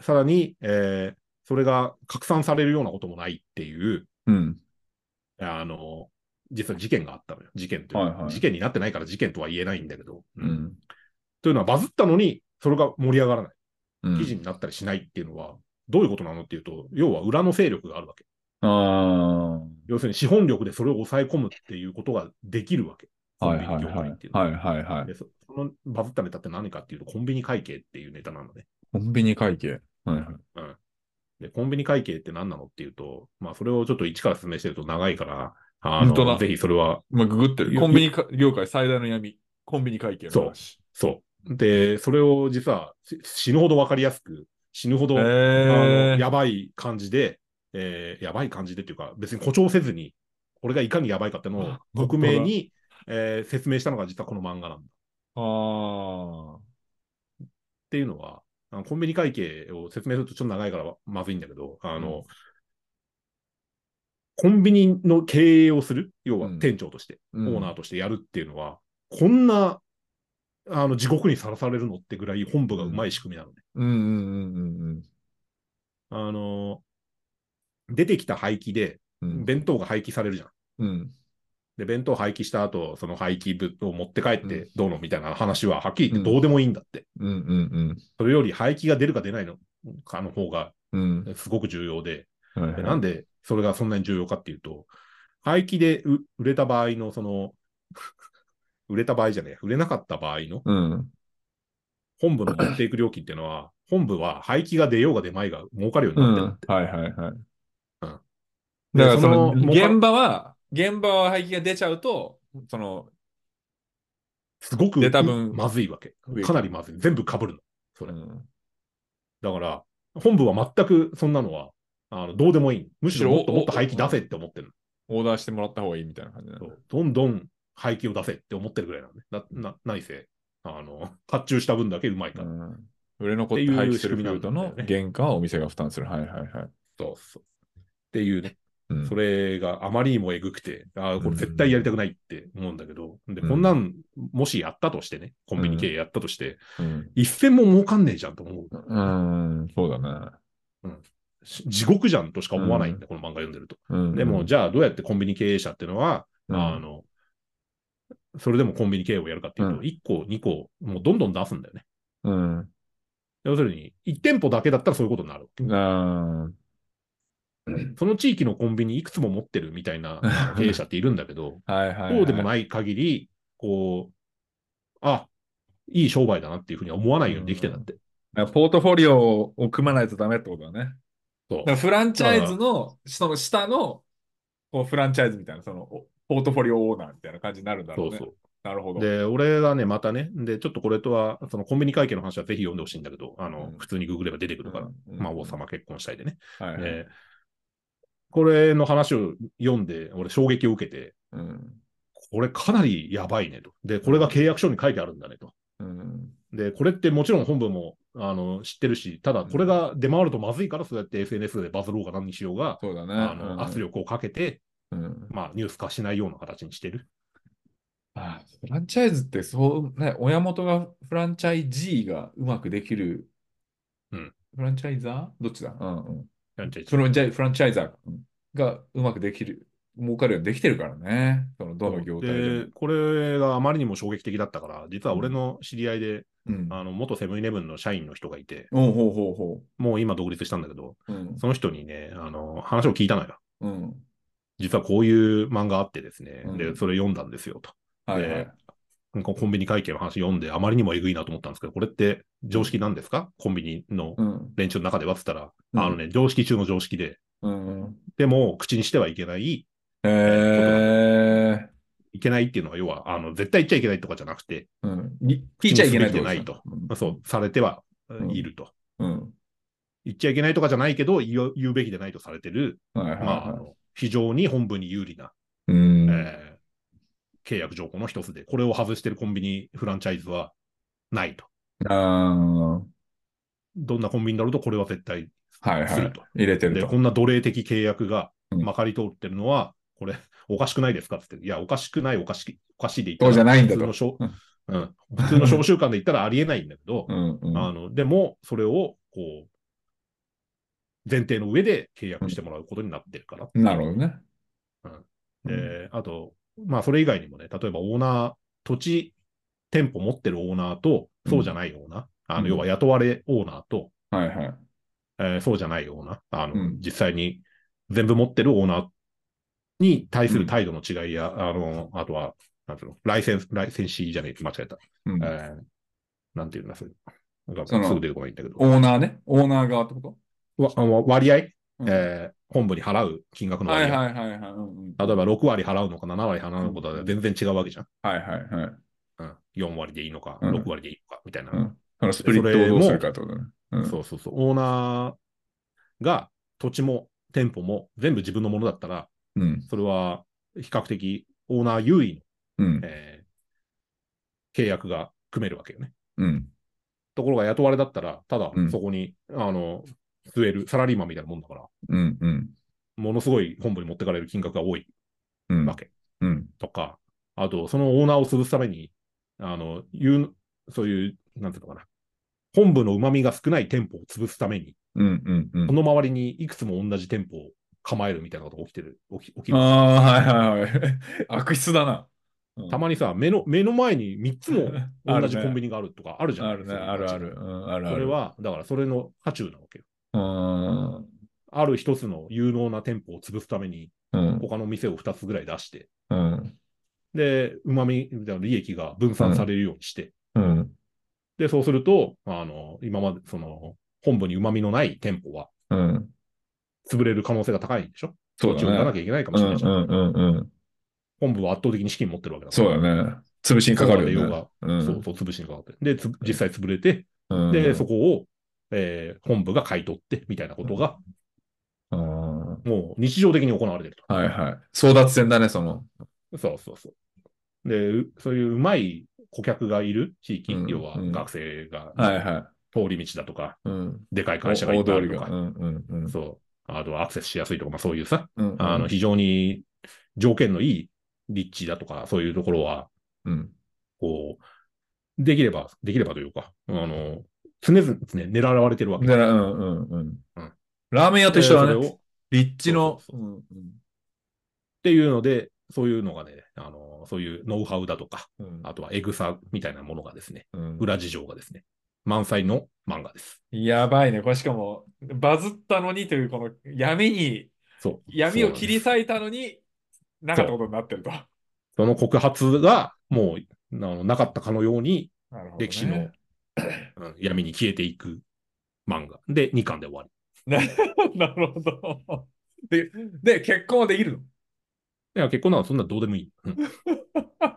[SPEAKER 2] さらに、えーそれが拡散されるようなこともないっていう、
[SPEAKER 1] うん。
[SPEAKER 2] あの、実は事件があったのよ。事件というか、
[SPEAKER 1] はいはい
[SPEAKER 2] 事件になってないから事件とは言えないんだけど、
[SPEAKER 1] う、ん。
[SPEAKER 2] というのはバズったのに、それが盛り上がらない。
[SPEAKER 1] うん
[SPEAKER 2] 記事になったりしないっていうのは、どういうことなのっていうと、要は裏の勢力があるわけ。
[SPEAKER 1] あ
[SPEAKER 2] 要するに資本力でそれを抑え込むっていうことができるわけ。
[SPEAKER 1] あ。
[SPEAKER 2] コ
[SPEAKER 1] は
[SPEAKER 2] ン
[SPEAKER 1] い
[SPEAKER 2] ビ
[SPEAKER 1] はい
[SPEAKER 2] ニ業
[SPEAKER 1] は
[SPEAKER 2] 界
[SPEAKER 1] い
[SPEAKER 2] っていう。のは
[SPEAKER 1] はいはいはい。
[SPEAKER 2] でそそのバズったネタって何かっていうと、コンビニ会計っていうネタなのね。
[SPEAKER 1] コンビニ会計。はいはい。
[SPEAKER 2] うん。で、コンビニ会計って何なのっていうと、まあ、それをちょっと一から説明してると長いから、あ
[SPEAKER 1] 本当だ
[SPEAKER 2] の、ぜひそれは、
[SPEAKER 1] まあ、ググってる。
[SPEAKER 2] よ
[SPEAKER 1] コンビニか業界最大の闇。コンビニ会計の話。
[SPEAKER 2] そう。で、それを実はし死ぬほどわかりやすく、死ぬほど、
[SPEAKER 1] へ
[SPEAKER 2] あの
[SPEAKER 1] え
[SPEAKER 2] やばい感じで、えーやばい感じでっていうか、別に誇張せずに、俺がいかにやばいかっての
[SPEAKER 1] あ
[SPEAKER 2] を、匿名に、えー説明したのが実はこの漫画なんだ。っ
[SPEAKER 1] ああ。
[SPEAKER 2] ていうのは、あのコンビニ会計を説明するとちょっと長いからまずいんだけど、あの、
[SPEAKER 1] うん
[SPEAKER 2] コンビニの経営をする、要は
[SPEAKER 1] うん
[SPEAKER 2] 店長として、
[SPEAKER 1] うん
[SPEAKER 2] オーナーとしてやるっていうのは、こんな、あの、地獄にさらされるのってぐらい本部がうまい仕組みなのね。
[SPEAKER 1] うんうんうん
[SPEAKER 2] あの、出てきた廃棄で、
[SPEAKER 1] うんうん。
[SPEAKER 2] 弁当が廃棄されるじゃん。
[SPEAKER 1] うん。
[SPEAKER 2] で、弁当廃棄した後、その廃棄物を持って帰っ
[SPEAKER 1] う
[SPEAKER 2] てどうのみたいな話は、はっきり言っ
[SPEAKER 1] う
[SPEAKER 2] て
[SPEAKER 1] ん
[SPEAKER 2] どうでもいいんだって。
[SPEAKER 1] うんうん
[SPEAKER 2] それより廃棄が出るか出ないのかの方が
[SPEAKER 1] うん。
[SPEAKER 2] すごく重要で、
[SPEAKER 1] うん。はいは
[SPEAKER 2] で
[SPEAKER 1] い
[SPEAKER 2] なんでそれがそんなに重要かっていうと、廃棄でう売れた場合の、その、 売れた場合じゃねえ、売れなかった場合の
[SPEAKER 1] うん。
[SPEAKER 2] 本部の持っていく料金っていうのは、本部は廃棄が出ようが出まいが儲かるよう
[SPEAKER 1] う
[SPEAKER 2] になって
[SPEAKER 1] ん
[SPEAKER 2] るんだって。。
[SPEAKER 1] はいはいはい。だか
[SPEAKER 2] で
[SPEAKER 1] らその
[SPEAKER 2] その
[SPEAKER 1] 現場は、現場は廃棄が出ちゃうと、その、
[SPEAKER 2] すごく
[SPEAKER 1] で多分
[SPEAKER 2] まずいわけ
[SPEAKER 1] 上。
[SPEAKER 2] かなりまずい。全部被るの。そうれ。
[SPEAKER 1] ん
[SPEAKER 2] だから、本部は全くそんなのは、あのどうでもいい。むしろもっともっと廃棄出せって思ってる
[SPEAKER 1] オーダーしてもらった方がいいみたいな感じだね
[SPEAKER 2] の。そうどんどん廃棄を出せって思ってるぐらいなんで、な、な、ないせい。あの、発注した分だけうまいから。
[SPEAKER 1] うん売れ残って廃棄するフィールドの
[SPEAKER 2] っていう仕組みな
[SPEAKER 1] 原
[SPEAKER 2] んだ
[SPEAKER 1] 価はお店が負担する。はいはいはい。
[SPEAKER 2] そうそう。っていうね、
[SPEAKER 1] うん
[SPEAKER 2] それがあまりにもえぐくて、ああ、これ絶対やりたくないって思うんだけど、で、
[SPEAKER 1] うん
[SPEAKER 2] こんなん、もしやったとしてね、コンビニ経営やったとして、
[SPEAKER 1] うん。
[SPEAKER 2] 一銭も儲かんねえじゃんと思う。
[SPEAKER 1] うん、そうだね。
[SPEAKER 2] し地獄じゃんとしか思わないんだ、この漫画読んでると。
[SPEAKER 1] うん
[SPEAKER 2] でも、、じゃあどうやってコンビニ経営者っていうのは、あの、それでもコンビニ経営をやるかっていう
[SPEAKER 1] う
[SPEAKER 2] と、1個、2個、もうどんどん出すんだよね。
[SPEAKER 1] うん。
[SPEAKER 2] 要するに、1店舗だけだったらそういうことになる。
[SPEAKER 1] うん。あ
[SPEAKER 2] その地域のコンビニいくつも持ってるみたいなあの経営者っているんだけど、
[SPEAKER 1] あ、 はいはいはい。
[SPEAKER 2] そうでもない限り、こう、あ、いい商売だなっていうふうには思わないようにできてんだって。
[SPEAKER 1] だからポートフォリオを組まないとダメってことだね。
[SPEAKER 2] そう
[SPEAKER 1] だからフランチャイズの、その下の、こうフランチャイズみたいな、その、おポートフォリオオーナーみたいな感じになるんだ
[SPEAKER 2] そ
[SPEAKER 1] ろう
[SPEAKER 2] う
[SPEAKER 1] ね。
[SPEAKER 2] そう。
[SPEAKER 1] なるほど。
[SPEAKER 2] で、俺がね、またね、で、ちょっとこれとは、そのコンビニ会計の話はぜひ読んでほしいんだけど、あの、
[SPEAKER 1] うん
[SPEAKER 2] 普通にググれば出てくるから、
[SPEAKER 1] うん
[SPEAKER 2] 魔王。様結婚したいでね。
[SPEAKER 1] うんはいはい。
[SPEAKER 2] えーこれの話を読んで、俺衝撃を受けて、
[SPEAKER 1] うん。
[SPEAKER 2] これかなりやばいねと。で、これが契約書に書いてあるんだねと。
[SPEAKER 1] うん。
[SPEAKER 2] で、これってもちろん本部も、あの、知ってるし、ただこれが出回るとまずいから、そうやって SNS でバズろうが何にしようが、
[SPEAKER 1] そうだね。
[SPEAKER 2] あ
[SPEAKER 1] うん
[SPEAKER 2] の、圧力をかけて、
[SPEAKER 1] うん
[SPEAKER 2] まあ、ニュース化しないような形にしてる。
[SPEAKER 1] あフランチャイズってそう、ね、親元がフランチャイジーがうまくできる。
[SPEAKER 2] うん
[SPEAKER 1] フランチャイザーどっちだうんうん。
[SPEAKER 2] なんちゃいち
[SPEAKER 1] フランチャイフランチャイザーがうまくできる、儲かるようにできてるからね。そのどの業態でも
[SPEAKER 2] で、これがあまりにも衝撃的だったから、実は俺の知り合いで、
[SPEAKER 1] うん。
[SPEAKER 2] あの、元セブンイレブンの社員の人がいて、
[SPEAKER 1] おうほうほうほ
[SPEAKER 2] もう今独立したんだけど、
[SPEAKER 1] う。うん。
[SPEAKER 2] その人にね、あの、話を聞いたのよ。
[SPEAKER 1] うん。
[SPEAKER 2] 実はこういう漫画あってですね、
[SPEAKER 1] う
[SPEAKER 2] で、
[SPEAKER 1] ん
[SPEAKER 2] それ読んだんですよと。
[SPEAKER 1] はいはい。
[SPEAKER 2] なんかコンビニ会計の話読んで、あまりにもえぐいなと思ったんですけど、これって常識なんですかコンビニの
[SPEAKER 1] うん。
[SPEAKER 2] 連中の中ではって言ったら、
[SPEAKER 1] うん
[SPEAKER 2] あのね、常識中の常識で、
[SPEAKER 1] うん。
[SPEAKER 2] でも口にしてはいけない、
[SPEAKER 1] へえ。
[SPEAKER 2] いけないっていうのは、要は、あの、絶対言っちゃいけないとかじゃなくて、
[SPEAKER 1] うん。に聞いちゃいけないってこと
[SPEAKER 2] ないとそう、されては
[SPEAKER 1] ん
[SPEAKER 2] いると。
[SPEAKER 1] うん。
[SPEAKER 2] 言っちゃいけないとかじゃないけど、言う言うべきでないとされてる、
[SPEAKER 1] はいはい
[SPEAKER 2] まあ、あ
[SPEAKER 1] はい。
[SPEAKER 2] の非常に本文に有利な、
[SPEAKER 1] うん。
[SPEAKER 2] えー契約条項の一つで、これを外してるコンビニフランチャイズはないと。
[SPEAKER 1] あ
[SPEAKER 2] どんなコンビニだろうと、これは絶対
[SPEAKER 1] あ。はいは
[SPEAKER 2] する
[SPEAKER 1] い
[SPEAKER 2] と。。
[SPEAKER 1] 入れてる
[SPEAKER 2] で、
[SPEAKER 1] と。
[SPEAKER 2] こんな奴隷的契約が
[SPEAKER 1] うん
[SPEAKER 2] まかり通ってるのは、これ、おかしくないですかって言って、いや、おかしくない、おかしい、おかしいで言ったら
[SPEAKER 1] そうじゃないんだと
[SPEAKER 2] 普通のしょ、うん、普通の商習慣で言ったらありえないんだけど
[SPEAKER 1] う、んうん。
[SPEAKER 2] あの、でも、それを、こう、前提の上で契約してもらうことになってるから。
[SPEAKER 1] なるほどね。
[SPEAKER 2] で、あと、まあ、それ以外にもね、例えばオーナー、土地、店舗持ってるオーナーと、そうじゃないオーナー、あ
[SPEAKER 1] うん
[SPEAKER 2] の、要は雇われオーナーと、
[SPEAKER 1] はいはい。
[SPEAKER 2] えーそうじゃないオーナー、あの、
[SPEAKER 1] うん
[SPEAKER 2] 実際に全部持ってるオーナーに対する態度の違いや、あの、あとは、なんていうの、ライセンス、ライセンシーじゃねえ、間違えた。
[SPEAKER 1] うん
[SPEAKER 2] えーなんていうんだ、それ。なん
[SPEAKER 1] そ
[SPEAKER 2] か
[SPEAKER 1] の
[SPEAKER 2] すぐ出てこないんだけど。
[SPEAKER 1] オーナーね。オーナー側ってこ
[SPEAKER 2] わあの割合、
[SPEAKER 1] と
[SPEAKER 2] えー本部に払う金額
[SPEAKER 1] うん
[SPEAKER 2] の
[SPEAKER 1] は
[SPEAKER 2] 割
[SPEAKER 1] い
[SPEAKER 2] 合。
[SPEAKER 1] はいはいはい。うんうん
[SPEAKER 2] 例えば6割払うのか7割払うのかとは全然違うわけじゃん。
[SPEAKER 1] はいはいはい。
[SPEAKER 2] うん、4割でいいのか、
[SPEAKER 1] うん
[SPEAKER 2] 6割でいいのか、みたいな、
[SPEAKER 1] うんそのスプリットをどうするかってことね。うん
[SPEAKER 2] そうそうそう。オーナーが土地も店舗も全部自分のものだったら、
[SPEAKER 1] うん。
[SPEAKER 2] それは比較的オーナー優位
[SPEAKER 1] うん
[SPEAKER 2] の、。えー契約が組めるわけよね。
[SPEAKER 1] うん。
[SPEAKER 2] ところが雇われだったら、ただ
[SPEAKER 1] うん
[SPEAKER 2] そこに、あの、据えるサラリーマンみたいなもんだから、
[SPEAKER 1] うん。うん。
[SPEAKER 2] ものすごい本部に持ってかれる金額が多い
[SPEAKER 1] うん。
[SPEAKER 2] わけ
[SPEAKER 1] うん。
[SPEAKER 2] とか、あと、そのオーナーを潰すために、あの、言う、そういう、なんていうのかな、本部の旨味が少ない店舗を潰すために、
[SPEAKER 1] うん。うん。う
[SPEAKER 2] そ
[SPEAKER 1] ん。
[SPEAKER 2] の周りにいくつも同じ店舗を構えるみたいなことが起きてる、起き起きる。
[SPEAKER 1] ああ、はいはいはい。悪質だな。
[SPEAKER 2] たまにさ、目の、目の前に3 つも同じコンビ
[SPEAKER 1] ニ
[SPEAKER 2] ニがあるとかあるじゃん。
[SPEAKER 1] あるね、あるある。。うん、あるある。
[SPEAKER 2] それは、だからそれの渦中なわけよ。
[SPEAKER 1] うん、
[SPEAKER 2] ある一つの有能な店舗を潰すために、
[SPEAKER 1] うん。
[SPEAKER 2] 他の店を2つぐらい出して、
[SPEAKER 1] うん。
[SPEAKER 2] で、旨味みたいな利益が分散されるようにして、
[SPEAKER 1] うん。
[SPEAKER 2] で、そうすると、あの、今まで、その、本部に旨味のない店舗は
[SPEAKER 1] うん。
[SPEAKER 2] 潰れる可能性が高いんでしょ
[SPEAKER 1] そう
[SPEAKER 2] 土地を売ら
[SPEAKER 1] だ
[SPEAKER 2] な
[SPEAKER 1] ね。
[SPEAKER 2] きゃいけないかも
[SPEAKER 1] う
[SPEAKER 2] し
[SPEAKER 1] ん
[SPEAKER 2] れな
[SPEAKER 1] う
[SPEAKER 2] い
[SPEAKER 1] ん
[SPEAKER 2] じゃん。
[SPEAKER 1] うんうん。
[SPEAKER 2] 本部は圧倒的に資金持ってるわけだから。
[SPEAKER 1] そうだね。潰しにかかるよね。う。
[SPEAKER 2] そうんそう、潰しにかかって。で、つ実際潰れて、
[SPEAKER 1] うん
[SPEAKER 2] で、そこを、えー本部が買い取って、みたいなことが、
[SPEAKER 1] うんは
[SPEAKER 2] もう日常的に行われてる
[SPEAKER 1] いはい。争奪戦だね、その。
[SPEAKER 2] と。そうそうそう。で、うそういううまい顧客がいる地域、
[SPEAKER 1] うん
[SPEAKER 2] 要は
[SPEAKER 1] うん
[SPEAKER 2] 学生が、
[SPEAKER 1] はいはい。
[SPEAKER 2] 通り道だとか、
[SPEAKER 1] うん。
[SPEAKER 2] でかい
[SPEAKER 1] 大
[SPEAKER 2] 会社がいっぱいあ
[SPEAKER 1] 通り
[SPEAKER 2] ると
[SPEAKER 1] が。う
[SPEAKER 2] か、
[SPEAKER 1] んうんうん。
[SPEAKER 2] そう、あとはアクセスしやすいとか、まあそういうさ、
[SPEAKER 1] うんうん
[SPEAKER 2] あの、非常に条件のいい立地だとか、そういうところは、
[SPEAKER 1] うん。
[SPEAKER 2] こう、できれば、できればというか、あの、常々ね、狙われてるわけ。
[SPEAKER 1] で、うんうんうん
[SPEAKER 2] うん。
[SPEAKER 1] ラーメン屋と一緒
[SPEAKER 2] で
[SPEAKER 1] だ
[SPEAKER 2] それ
[SPEAKER 1] ね
[SPEAKER 2] を。
[SPEAKER 1] 立地の。
[SPEAKER 2] そうそう
[SPEAKER 1] うん
[SPEAKER 2] っていうので、そういうのがね、あのそういうノウハウだとか、
[SPEAKER 1] うん
[SPEAKER 2] あとはエグさみたいなものがですね、
[SPEAKER 1] うん
[SPEAKER 2] 裏事情がですね、満載の漫画です。
[SPEAKER 1] やばいね。これしかも、バズったのにという、この闇に、
[SPEAKER 2] そう。
[SPEAKER 1] 闇を切り
[SPEAKER 2] そうなんです
[SPEAKER 1] 裂いたのに、なかったことになってると。
[SPEAKER 2] その告発が、もう、あのなかったかのように、
[SPEAKER 1] なるほどね
[SPEAKER 2] 歴史の、うん闇に消えていく漫画。で、2巻で終わり。
[SPEAKER 1] なるほど。で、で結婚はできるの
[SPEAKER 2] いや、結婚なんかそんなどうでもいい。 うん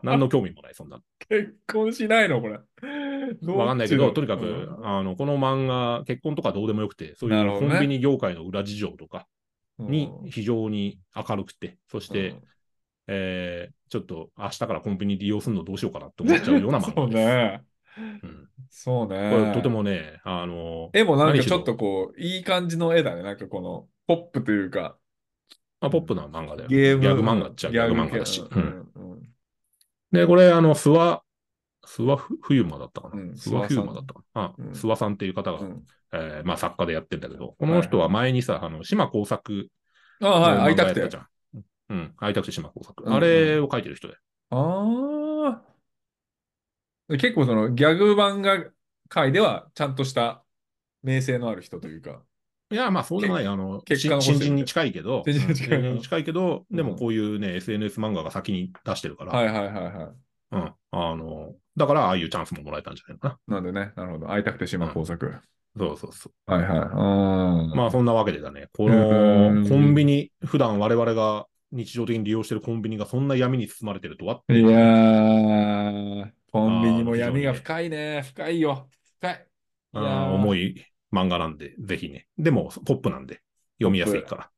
[SPEAKER 2] 何の興味もない、そんな。
[SPEAKER 1] 結婚しないのこれ。
[SPEAKER 2] わかんないけど、とにかく、
[SPEAKER 1] うん
[SPEAKER 2] あの、この漫画、結婚とかどうでもよくて、そう
[SPEAKER 1] ないる
[SPEAKER 2] う
[SPEAKER 1] ほ
[SPEAKER 2] コ
[SPEAKER 1] どね
[SPEAKER 2] ンビニ業界の裏事情とかに非常に明るくて、そして、
[SPEAKER 1] うん
[SPEAKER 2] えーちょっと明日からコンビニ利用するのどうしようかなって思っちゃうような漫
[SPEAKER 1] そ
[SPEAKER 2] 画
[SPEAKER 1] う
[SPEAKER 2] です。
[SPEAKER 1] ね。
[SPEAKER 2] うん
[SPEAKER 1] そうね。
[SPEAKER 2] これとてもね、あの、
[SPEAKER 1] 絵もなんかちょっとこう、いい感じの絵だね。なんかこの、ポップというか、
[SPEAKER 2] まあ、ポップな漫画だよ。
[SPEAKER 1] ゲーム。
[SPEAKER 2] ギャグ漫画っちゃギャグ漫画だし
[SPEAKER 1] 系。
[SPEAKER 2] う
[SPEAKER 1] うんんうん
[SPEAKER 2] で、これ、あの、諏訪、諏訪ふ冬馬だったかな。
[SPEAKER 1] うん
[SPEAKER 2] 諏訪冬馬だったかな。あ
[SPEAKER 1] うん
[SPEAKER 2] 諏訪さんっていう方が、
[SPEAKER 1] うん
[SPEAKER 2] えーまあ作家でやってんだけど、この人は前にさ、あの、島工作
[SPEAKER 1] ああ、
[SPEAKER 2] の漫画
[SPEAKER 1] はい、会いた
[SPEAKER 2] や
[SPEAKER 1] く
[SPEAKER 2] った
[SPEAKER 1] て
[SPEAKER 2] じ。ゃん。うん、会いたくて島工作。
[SPEAKER 1] うんうん
[SPEAKER 2] あれを書いてる人で。
[SPEAKER 1] ああ。結構そのギャグ漫画界ではちゃんとした名声のある人というか。
[SPEAKER 2] いや、まあそうでもない、あの、
[SPEAKER 1] 結果
[SPEAKER 2] 新
[SPEAKER 1] が欲しい
[SPEAKER 2] 新人に近いけど、
[SPEAKER 1] 新人に近い
[SPEAKER 2] うん新けど、
[SPEAKER 1] うん
[SPEAKER 2] でもこういうね、SNS 漫画が先に出してるから、
[SPEAKER 1] はいはいはいは
[SPEAKER 2] うん、あの、だからああいうチャンスももらえたんじゃないかな。
[SPEAKER 1] い。なんでね、なるほど。会いたくて島工作。
[SPEAKER 2] そうそうそう。
[SPEAKER 1] はいはい。うん。
[SPEAKER 2] まあそんなわけでだね。こ
[SPEAKER 1] うん
[SPEAKER 2] のコンビニ、普段我々が日常的に利用してるコンビニがそんな闇に包まれてるとはって。
[SPEAKER 1] いやー、コンビニも
[SPEAKER 2] あー非常に
[SPEAKER 1] 闇
[SPEAKER 2] ね
[SPEAKER 1] が深いね。深いよ。深い。いや
[SPEAKER 2] あー
[SPEAKER 1] ー
[SPEAKER 2] 重い漫画なんで、ぜひね。でも、ポップなんで、読みやすいから。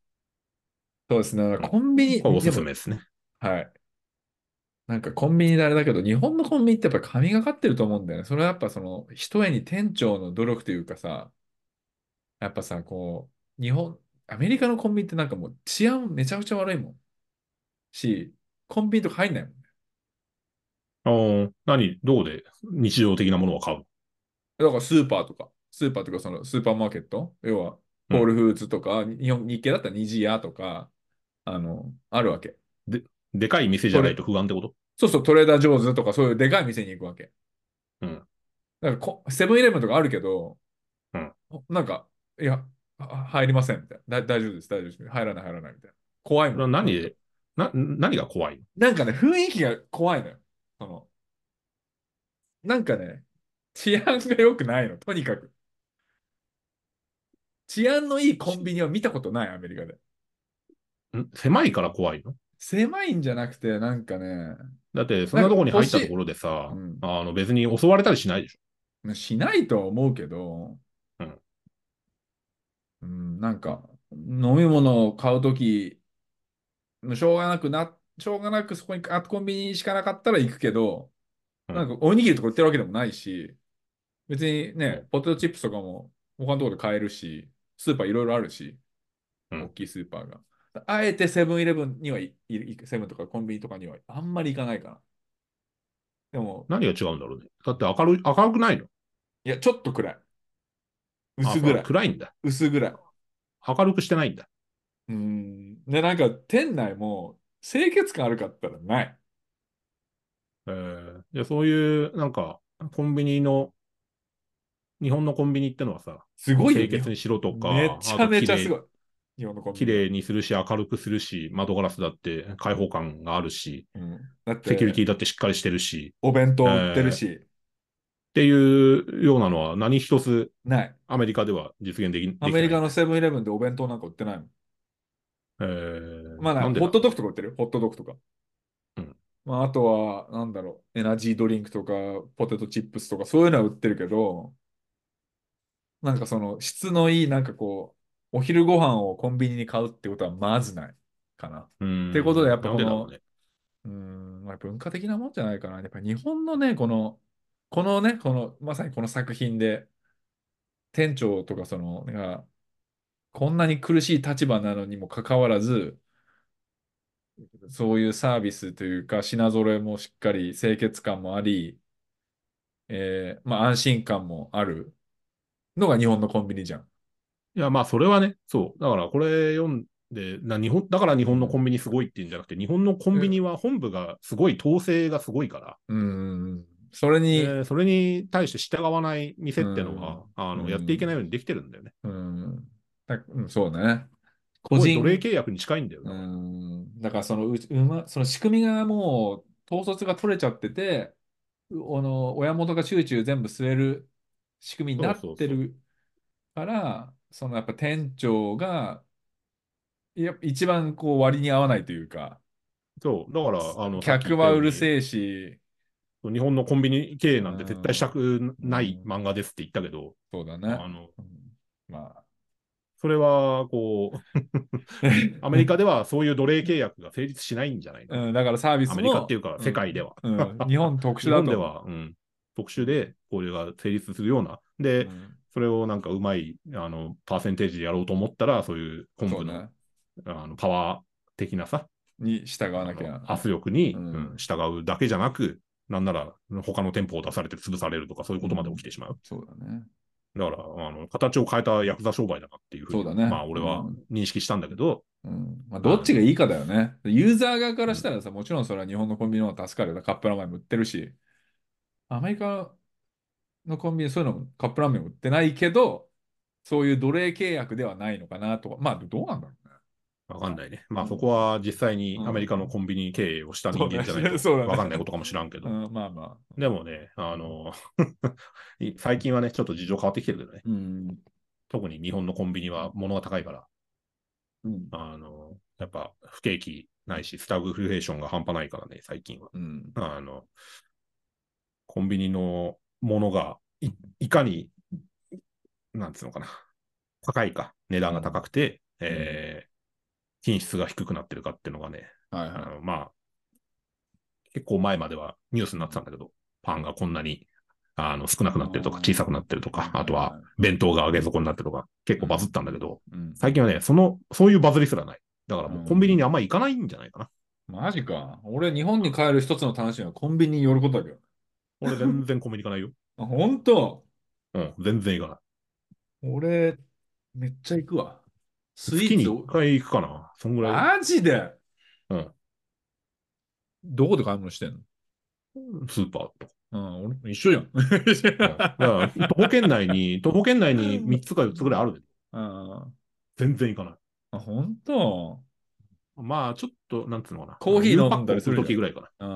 [SPEAKER 1] そうですね。コンビニ、
[SPEAKER 2] これおすす
[SPEAKER 1] で
[SPEAKER 2] めですね。
[SPEAKER 1] もはい。なんかコンビニであれだけど、日本のコンビニってやっぱ神がかってると思うんだよね。それはやっぱその、一重に店長の努力というかさ、やっぱさ、こう、日本、アメリカのコンビニってなんかもう治安めちゃくちゃ悪いもん。し、コンビニとか入んないもん。
[SPEAKER 2] あー何どこで日常的なものを買う
[SPEAKER 1] だからスーパーとか、スーパーとかそのスーパーマーケット、要はホールフーズとか、日本日系だったら虹屋とか、あの、あるわけ。
[SPEAKER 2] でかい店じゃないと不安ってこと
[SPEAKER 1] そうそう、トレーダー・ジョーズとかそういうでかい店に行くわけ。
[SPEAKER 2] うん。
[SPEAKER 1] だからこ、セブンイレブンとかあるけど、
[SPEAKER 2] うん
[SPEAKER 1] なんか、いや、あ入りませんみたいな。だ大丈夫です、大丈夫です。入らない、入らないみたいな。怖い
[SPEAKER 2] それ
[SPEAKER 1] も
[SPEAKER 2] は
[SPEAKER 1] ん。
[SPEAKER 2] 何で、な、何が怖い
[SPEAKER 1] なんかね、雰囲気が怖いのよ。その、なんかね、治安が良くないの、とにかく。治安のいいコンビニは見たことない、アメリカで。
[SPEAKER 2] ん狭いから怖いの
[SPEAKER 1] 狭いんじゃなくて、なんかね、
[SPEAKER 2] だって、そんなとこに入ったところで
[SPEAKER 1] なん
[SPEAKER 2] さ
[SPEAKER 1] か欲しいうん、
[SPEAKER 2] あの別に襲われたりしないでしょ。
[SPEAKER 1] しないとは思うけど、
[SPEAKER 2] うん
[SPEAKER 1] うん、なんか、飲み物を買うとき、もうしょうがなくな、しょうがなくそこに、あ、コンビニしかなかったら行くけど、
[SPEAKER 2] うん
[SPEAKER 1] なんかおにぎりとか売ってるわけでもないし、別にね
[SPEAKER 2] う、
[SPEAKER 1] ポテトチップスとかも他のところで買えるし、スーパーいろいろあるし、
[SPEAKER 2] うん
[SPEAKER 1] 大きいスーパーが。あえてセブンイレブンにはい、いいセブンとかコンビニとかにはあんまり行かないかな。でも、
[SPEAKER 2] 何が違うんだろうね。だって明るい、明るくないの
[SPEAKER 1] いや、ちょっと暗い。
[SPEAKER 2] あ
[SPEAKER 1] 薄暗
[SPEAKER 2] そう
[SPEAKER 1] い。
[SPEAKER 2] 暗いんだ。
[SPEAKER 1] 薄暗い。
[SPEAKER 2] 明るくしてないんだ。
[SPEAKER 1] うん。で、なんか店内も清潔感あるかったらない。
[SPEAKER 2] えー、でそういう、なんか、コンビニの、日本のコンビニってのはさ、
[SPEAKER 1] すごいよ
[SPEAKER 2] 清潔にしろとか、
[SPEAKER 1] めちゃめちゃすご
[SPEAKER 2] い。
[SPEAKER 1] い。日本のコンビ
[SPEAKER 2] 綺
[SPEAKER 1] ニ。
[SPEAKER 2] 麗にするし、明るくするし、窓ガラスだって開放感があるし、
[SPEAKER 1] うん、だって
[SPEAKER 2] セキュリティだってしっかりしてるし、
[SPEAKER 1] お弁当売ってるし、
[SPEAKER 2] っていうようなのは何一つ
[SPEAKER 1] ない。
[SPEAKER 2] アメリカでは実現できできな
[SPEAKER 1] ア
[SPEAKER 2] い。
[SPEAKER 1] メリカのセブンイレブンでお弁当なんか売ってないもん。
[SPEAKER 2] えー
[SPEAKER 1] まあな
[SPEAKER 2] なん
[SPEAKER 1] んか
[SPEAKER 2] で
[SPEAKER 1] ホ
[SPEAKER 2] だ
[SPEAKER 1] ットドッグとか売ってるよホットドッグとか。
[SPEAKER 2] うん
[SPEAKER 1] まあ、あとは、なんだろう、エナジードリンクとか、ポテトチップスとか、そういうのは売ってるけど、なんかその、質のいい、なんかこう、お昼ご飯をコンビニに買うってことはまずないかな。
[SPEAKER 2] うん
[SPEAKER 1] ってことでやっぱ
[SPEAKER 2] なんでだろ
[SPEAKER 1] こ
[SPEAKER 2] うね。
[SPEAKER 1] うーん、まあ、文化的なもんじゃないかな。やっぱ日本のね、この、このね、この、まさにこの作品で、店長とかその、が、こんなに苦しい立場なのにもかかわらず、そういうサービスというか、品揃えもしっかり清潔感もあり、えーまあ安心感もあるのが日本のコンビニじゃん。
[SPEAKER 2] いや、まあ、それはね、そう。だから、これ読んで、な日本、だから日本のコンビニすごいっていうんじゃなくて、日本のコンビニは本部がすごい、統制がすごいから、
[SPEAKER 1] うーん。それに、
[SPEAKER 2] えーそれに対して従わない店っての
[SPEAKER 1] う
[SPEAKER 2] が
[SPEAKER 1] ん、
[SPEAKER 2] あ
[SPEAKER 1] うん
[SPEAKER 2] の、やっていけないようにできてるんだよね。
[SPEAKER 1] うん。だうん、そうね。個
[SPEAKER 2] 個
[SPEAKER 1] 人
[SPEAKER 2] 人奴隷契約に近いんだよ
[SPEAKER 1] う
[SPEAKER 2] ね。
[SPEAKER 1] ん、だからそのうち、うま、その仕組みがもう統率が取れちゃってて、うあの親元が集中全部据える仕組みにな
[SPEAKER 2] そうそう
[SPEAKER 1] ってるから、そのやっぱ店長がやっぱ一番こう割に合わないというか、
[SPEAKER 2] そう。だから、あの、さっき
[SPEAKER 1] 客
[SPEAKER 2] 言った
[SPEAKER 1] は
[SPEAKER 2] よ
[SPEAKER 1] うる
[SPEAKER 2] に
[SPEAKER 1] せえし、
[SPEAKER 2] 日本のコンビニ経営なんて絶対したくない
[SPEAKER 1] うん
[SPEAKER 2] 漫画ですって言ったけど、
[SPEAKER 1] そうだ
[SPEAKER 2] あ
[SPEAKER 1] ね。
[SPEAKER 2] の、
[SPEAKER 1] うんま
[SPEAKER 2] それは、こう、
[SPEAKER 1] あ、
[SPEAKER 2] アメリカではそういう奴隷契約が成立しないんじゃない か。
[SPEAKER 1] うん、だからサービス
[SPEAKER 2] アメリカ
[SPEAKER 1] も
[SPEAKER 2] っていう
[SPEAKER 1] う
[SPEAKER 2] か、
[SPEAKER 1] ん
[SPEAKER 2] 世界では。
[SPEAKER 1] うん、日本特殊
[SPEAKER 2] 日
[SPEAKER 1] だ
[SPEAKER 2] 本
[SPEAKER 1] と
[SPEAKER 2] で
[SPEAKER 1] 思う
[SPEAKER 2] は、うん。特集で交流が成立するような。で、それをなんかうまい、あの、パーセンテージでやろうと思ったら、そういう
[SPEAKER 1] うん
[SPEAKER 2] 本
[SPEAKER 1] そう
[SPEAKER 2] 部の,、
[SPEAKER 1] ね。
[SPEAKER 2] あのパワー的なさ、
[SPEAKER 1] に従わなき
[SPEAKER 2] あ
[SPEAKER 1] ゃ
[SPEAKER 2] の。圧力に、
[SPEAKER 1] うん
[SPEAKER 2] うん従うだけじゃなく、なんなら他の店舗を出されて潰されるとか、そういうことまで起きてしまう。
[SPEAKER 1] そうだね。
[SPEAKER 2] だから、あの、形を変えたヤクザ商売だなっていうふうに、
[SPEAKER 1] そうだね
[SPEAKER 2] まあ、俺は
[SPEAKER 1] うん
[SPEAKER 2] 認識したんだけど、
[SPEAKER 1] うんまあ、どっちがいいかだよね。ユーザー側からしたらさ、もちろんそれは日本のコンビニの方が助かるよな。カップラーメンも売ってるし、アメリカのコンビニ、そういうのもカップラーメン売ってないけど、そういう奴隷契約ではないのかなとか、まあどうなんだろうね。
[SPEAKER 2] わかんないね。まあ、そこは実際に
[SPEAKER 1] うん
[SPEAKER 2] アメリカのコンビニ経営をした人間じゃない
[SPEAKER 1] そう
[SPEAKER 2] と、
[SPEAKER 1] だね
[SPEAKER 2] わかんないことかもしらんけど。
[SPEAKER 1] うん、まあまあ。
[SPEAKER 2] でもね、あの、 最近はね、ちょっと事情変わってきてるけどね。
[SPEAKER 1] うん。
[SPEAKER 2] 特に日本のコンビニは物が高いから、
[SPEAKER 1] うん。
[SPEAKER 2] あの、やっぱ不景気ないし、スタグフレーションが半端ないからね、最近は。
[SPEAKER 1] うん。
[SPEAKER 2] あの、コンビニのものがい、いかに、なんつうのかな、高いか、値段が高くて、えー品質が低くなってるかっていうのがね、
[SPEAKER 1] はい
[SPEAKER 2] あ
[SPEAKER 1] は
[SPEAKER 2] のまあ、結構前まではニュースになってたんだけど、パンがこんなにあの少なくなってるとか、
[SPEAKER 1] うん
[SPEAKER 2] 小さくなってるとか、あとは弁当が上げ底になってるとか、結構バズったんだけど、
[SPEAKER 1] い。うん。
[SPEAKER 2] 最近はね、その、そういうバズりすらない。だからも
[SPEAKER 1] うん
[SPEAKER 2] うコンビニにあんまり行かないんじゃないかな。
[SPEAKER 1] マジか。俺、日本に帰る一つの楽しみはコンビニに寄ることだけど。
[SPEAKER 2] 俺全然コンビニ行かないよ。
[SPEAKER 1] あ、ほんと
[SPEAKER 2] うん、全然行かない。
[SPEAKER 1] 俺、めっちゃ行くわ。スイ
[SPEAKER 2] 月
[SPEAKER 1] ー
[SPEAKER 2] に
[SPEAKER 1] ツ
[SPEAKER 2] 1回行くかな。そんぐらい。
[SPEAKER 1] マジで
[SPEAKER 2] うん。
[SPEAKER 1] どこで買い物してんの
[SPEAKER 2] スーパーとか。
[SPEAKER 1] うん、俺も一緒じゃん。
[SPEAKER 2] うんだから、徒歩圏内に、徒歩圏内に3つか4つぐらいあるで。
[SPEAKER 1] あ
[SPEAKER 2] 全然行かない。
[SPEAKER 1] あ、本当
[SPEAKER 2] まあ、ちょっと、なんつうのかな。
[SPEAKER 1] コーヒー飲んだりす
[SPEAKER 2] す
[SPEAKER 1] る
[SPEAKER 2] る
[SPEAKER 1] じゃん
[SPEAKER 2] ときぐらいかな。
[SPEAKER 1] あ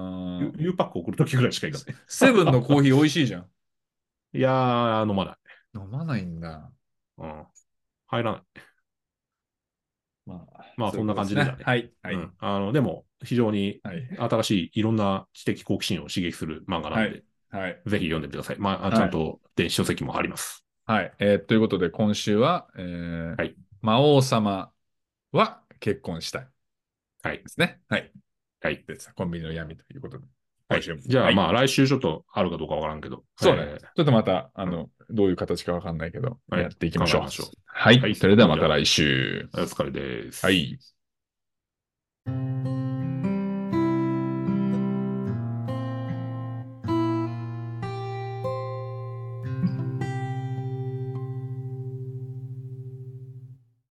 [SPEAKER 1] ー
[SPEAKER 2] U パック送るときぐらいしか行かない。
[SPEAKER 1] セブンのコーヒー美味しいじ ゃん。
[SPEAKER 2] いやー、飲まない。
[SPEAKER 1] 飲まないんだ。
[SPEAKER 2] うん。入らない。
[SPEAKER 1] まあ、
[SPEAKER 2] まあ
[SPEAKER 1] そういうこと
[SPEAKER 2] そんな感じで
[SPEAKER 1] ね
[SPEAKER 2] だね
[SPEAKER 1] はい、はい、
[SPEAKER 2] うん、あの、でも、非常に
[SPEAKER 1] はい、
[SPEAKER 2] 新しい、いろんな知的好奇心を刺激する漫画なんで、
[SPEAKER 1] はい、はい、
[SPEAKER 2] ぜひ読んでみてください。ま
[SPEAKER 1] は
[SPEAKER 2] あ、
[SPEAKER 1] い
[SPEAKER 2] ちゃんと電子書籍もあります。
[SPEAKER 1] はい。えーということで、今週は、えー
[SPEAKER 2] はい
[SPEAKER 1] 魔王様は結婚したい
[SPEAKER 2] はい
[SPEAKER 1] で。すね。はい。
[SPEAKER 2] はい。
[SPEAKER 1] でさコンビニの闇ということで。
[SPEAKER 2] はい、
[SPEAKER 1] 今週も
[SPEAKER 2] じゃあ、
[SPEAKER 1] はい
[SPEAKER 2] まあ、来週ちょっとあるかどうかわからんけど。
[SPEAKER 1] そうね。
[SPEAKER 2] えー
[SPEAKER 1] ちょっとまた、あの、どういう形かわかんないけど、
[SPEAKER 2] はい
[SPEAKER 1] やっていきましょう。
[SPEAKER 2] 考えましょう
[SPEAKER 1] はい。
[SPEAKER 2] はい
[SPEAKER 1] それではまた来週。
[SPEAKER 2] お疲れです。
[SPEAKER 1] はい。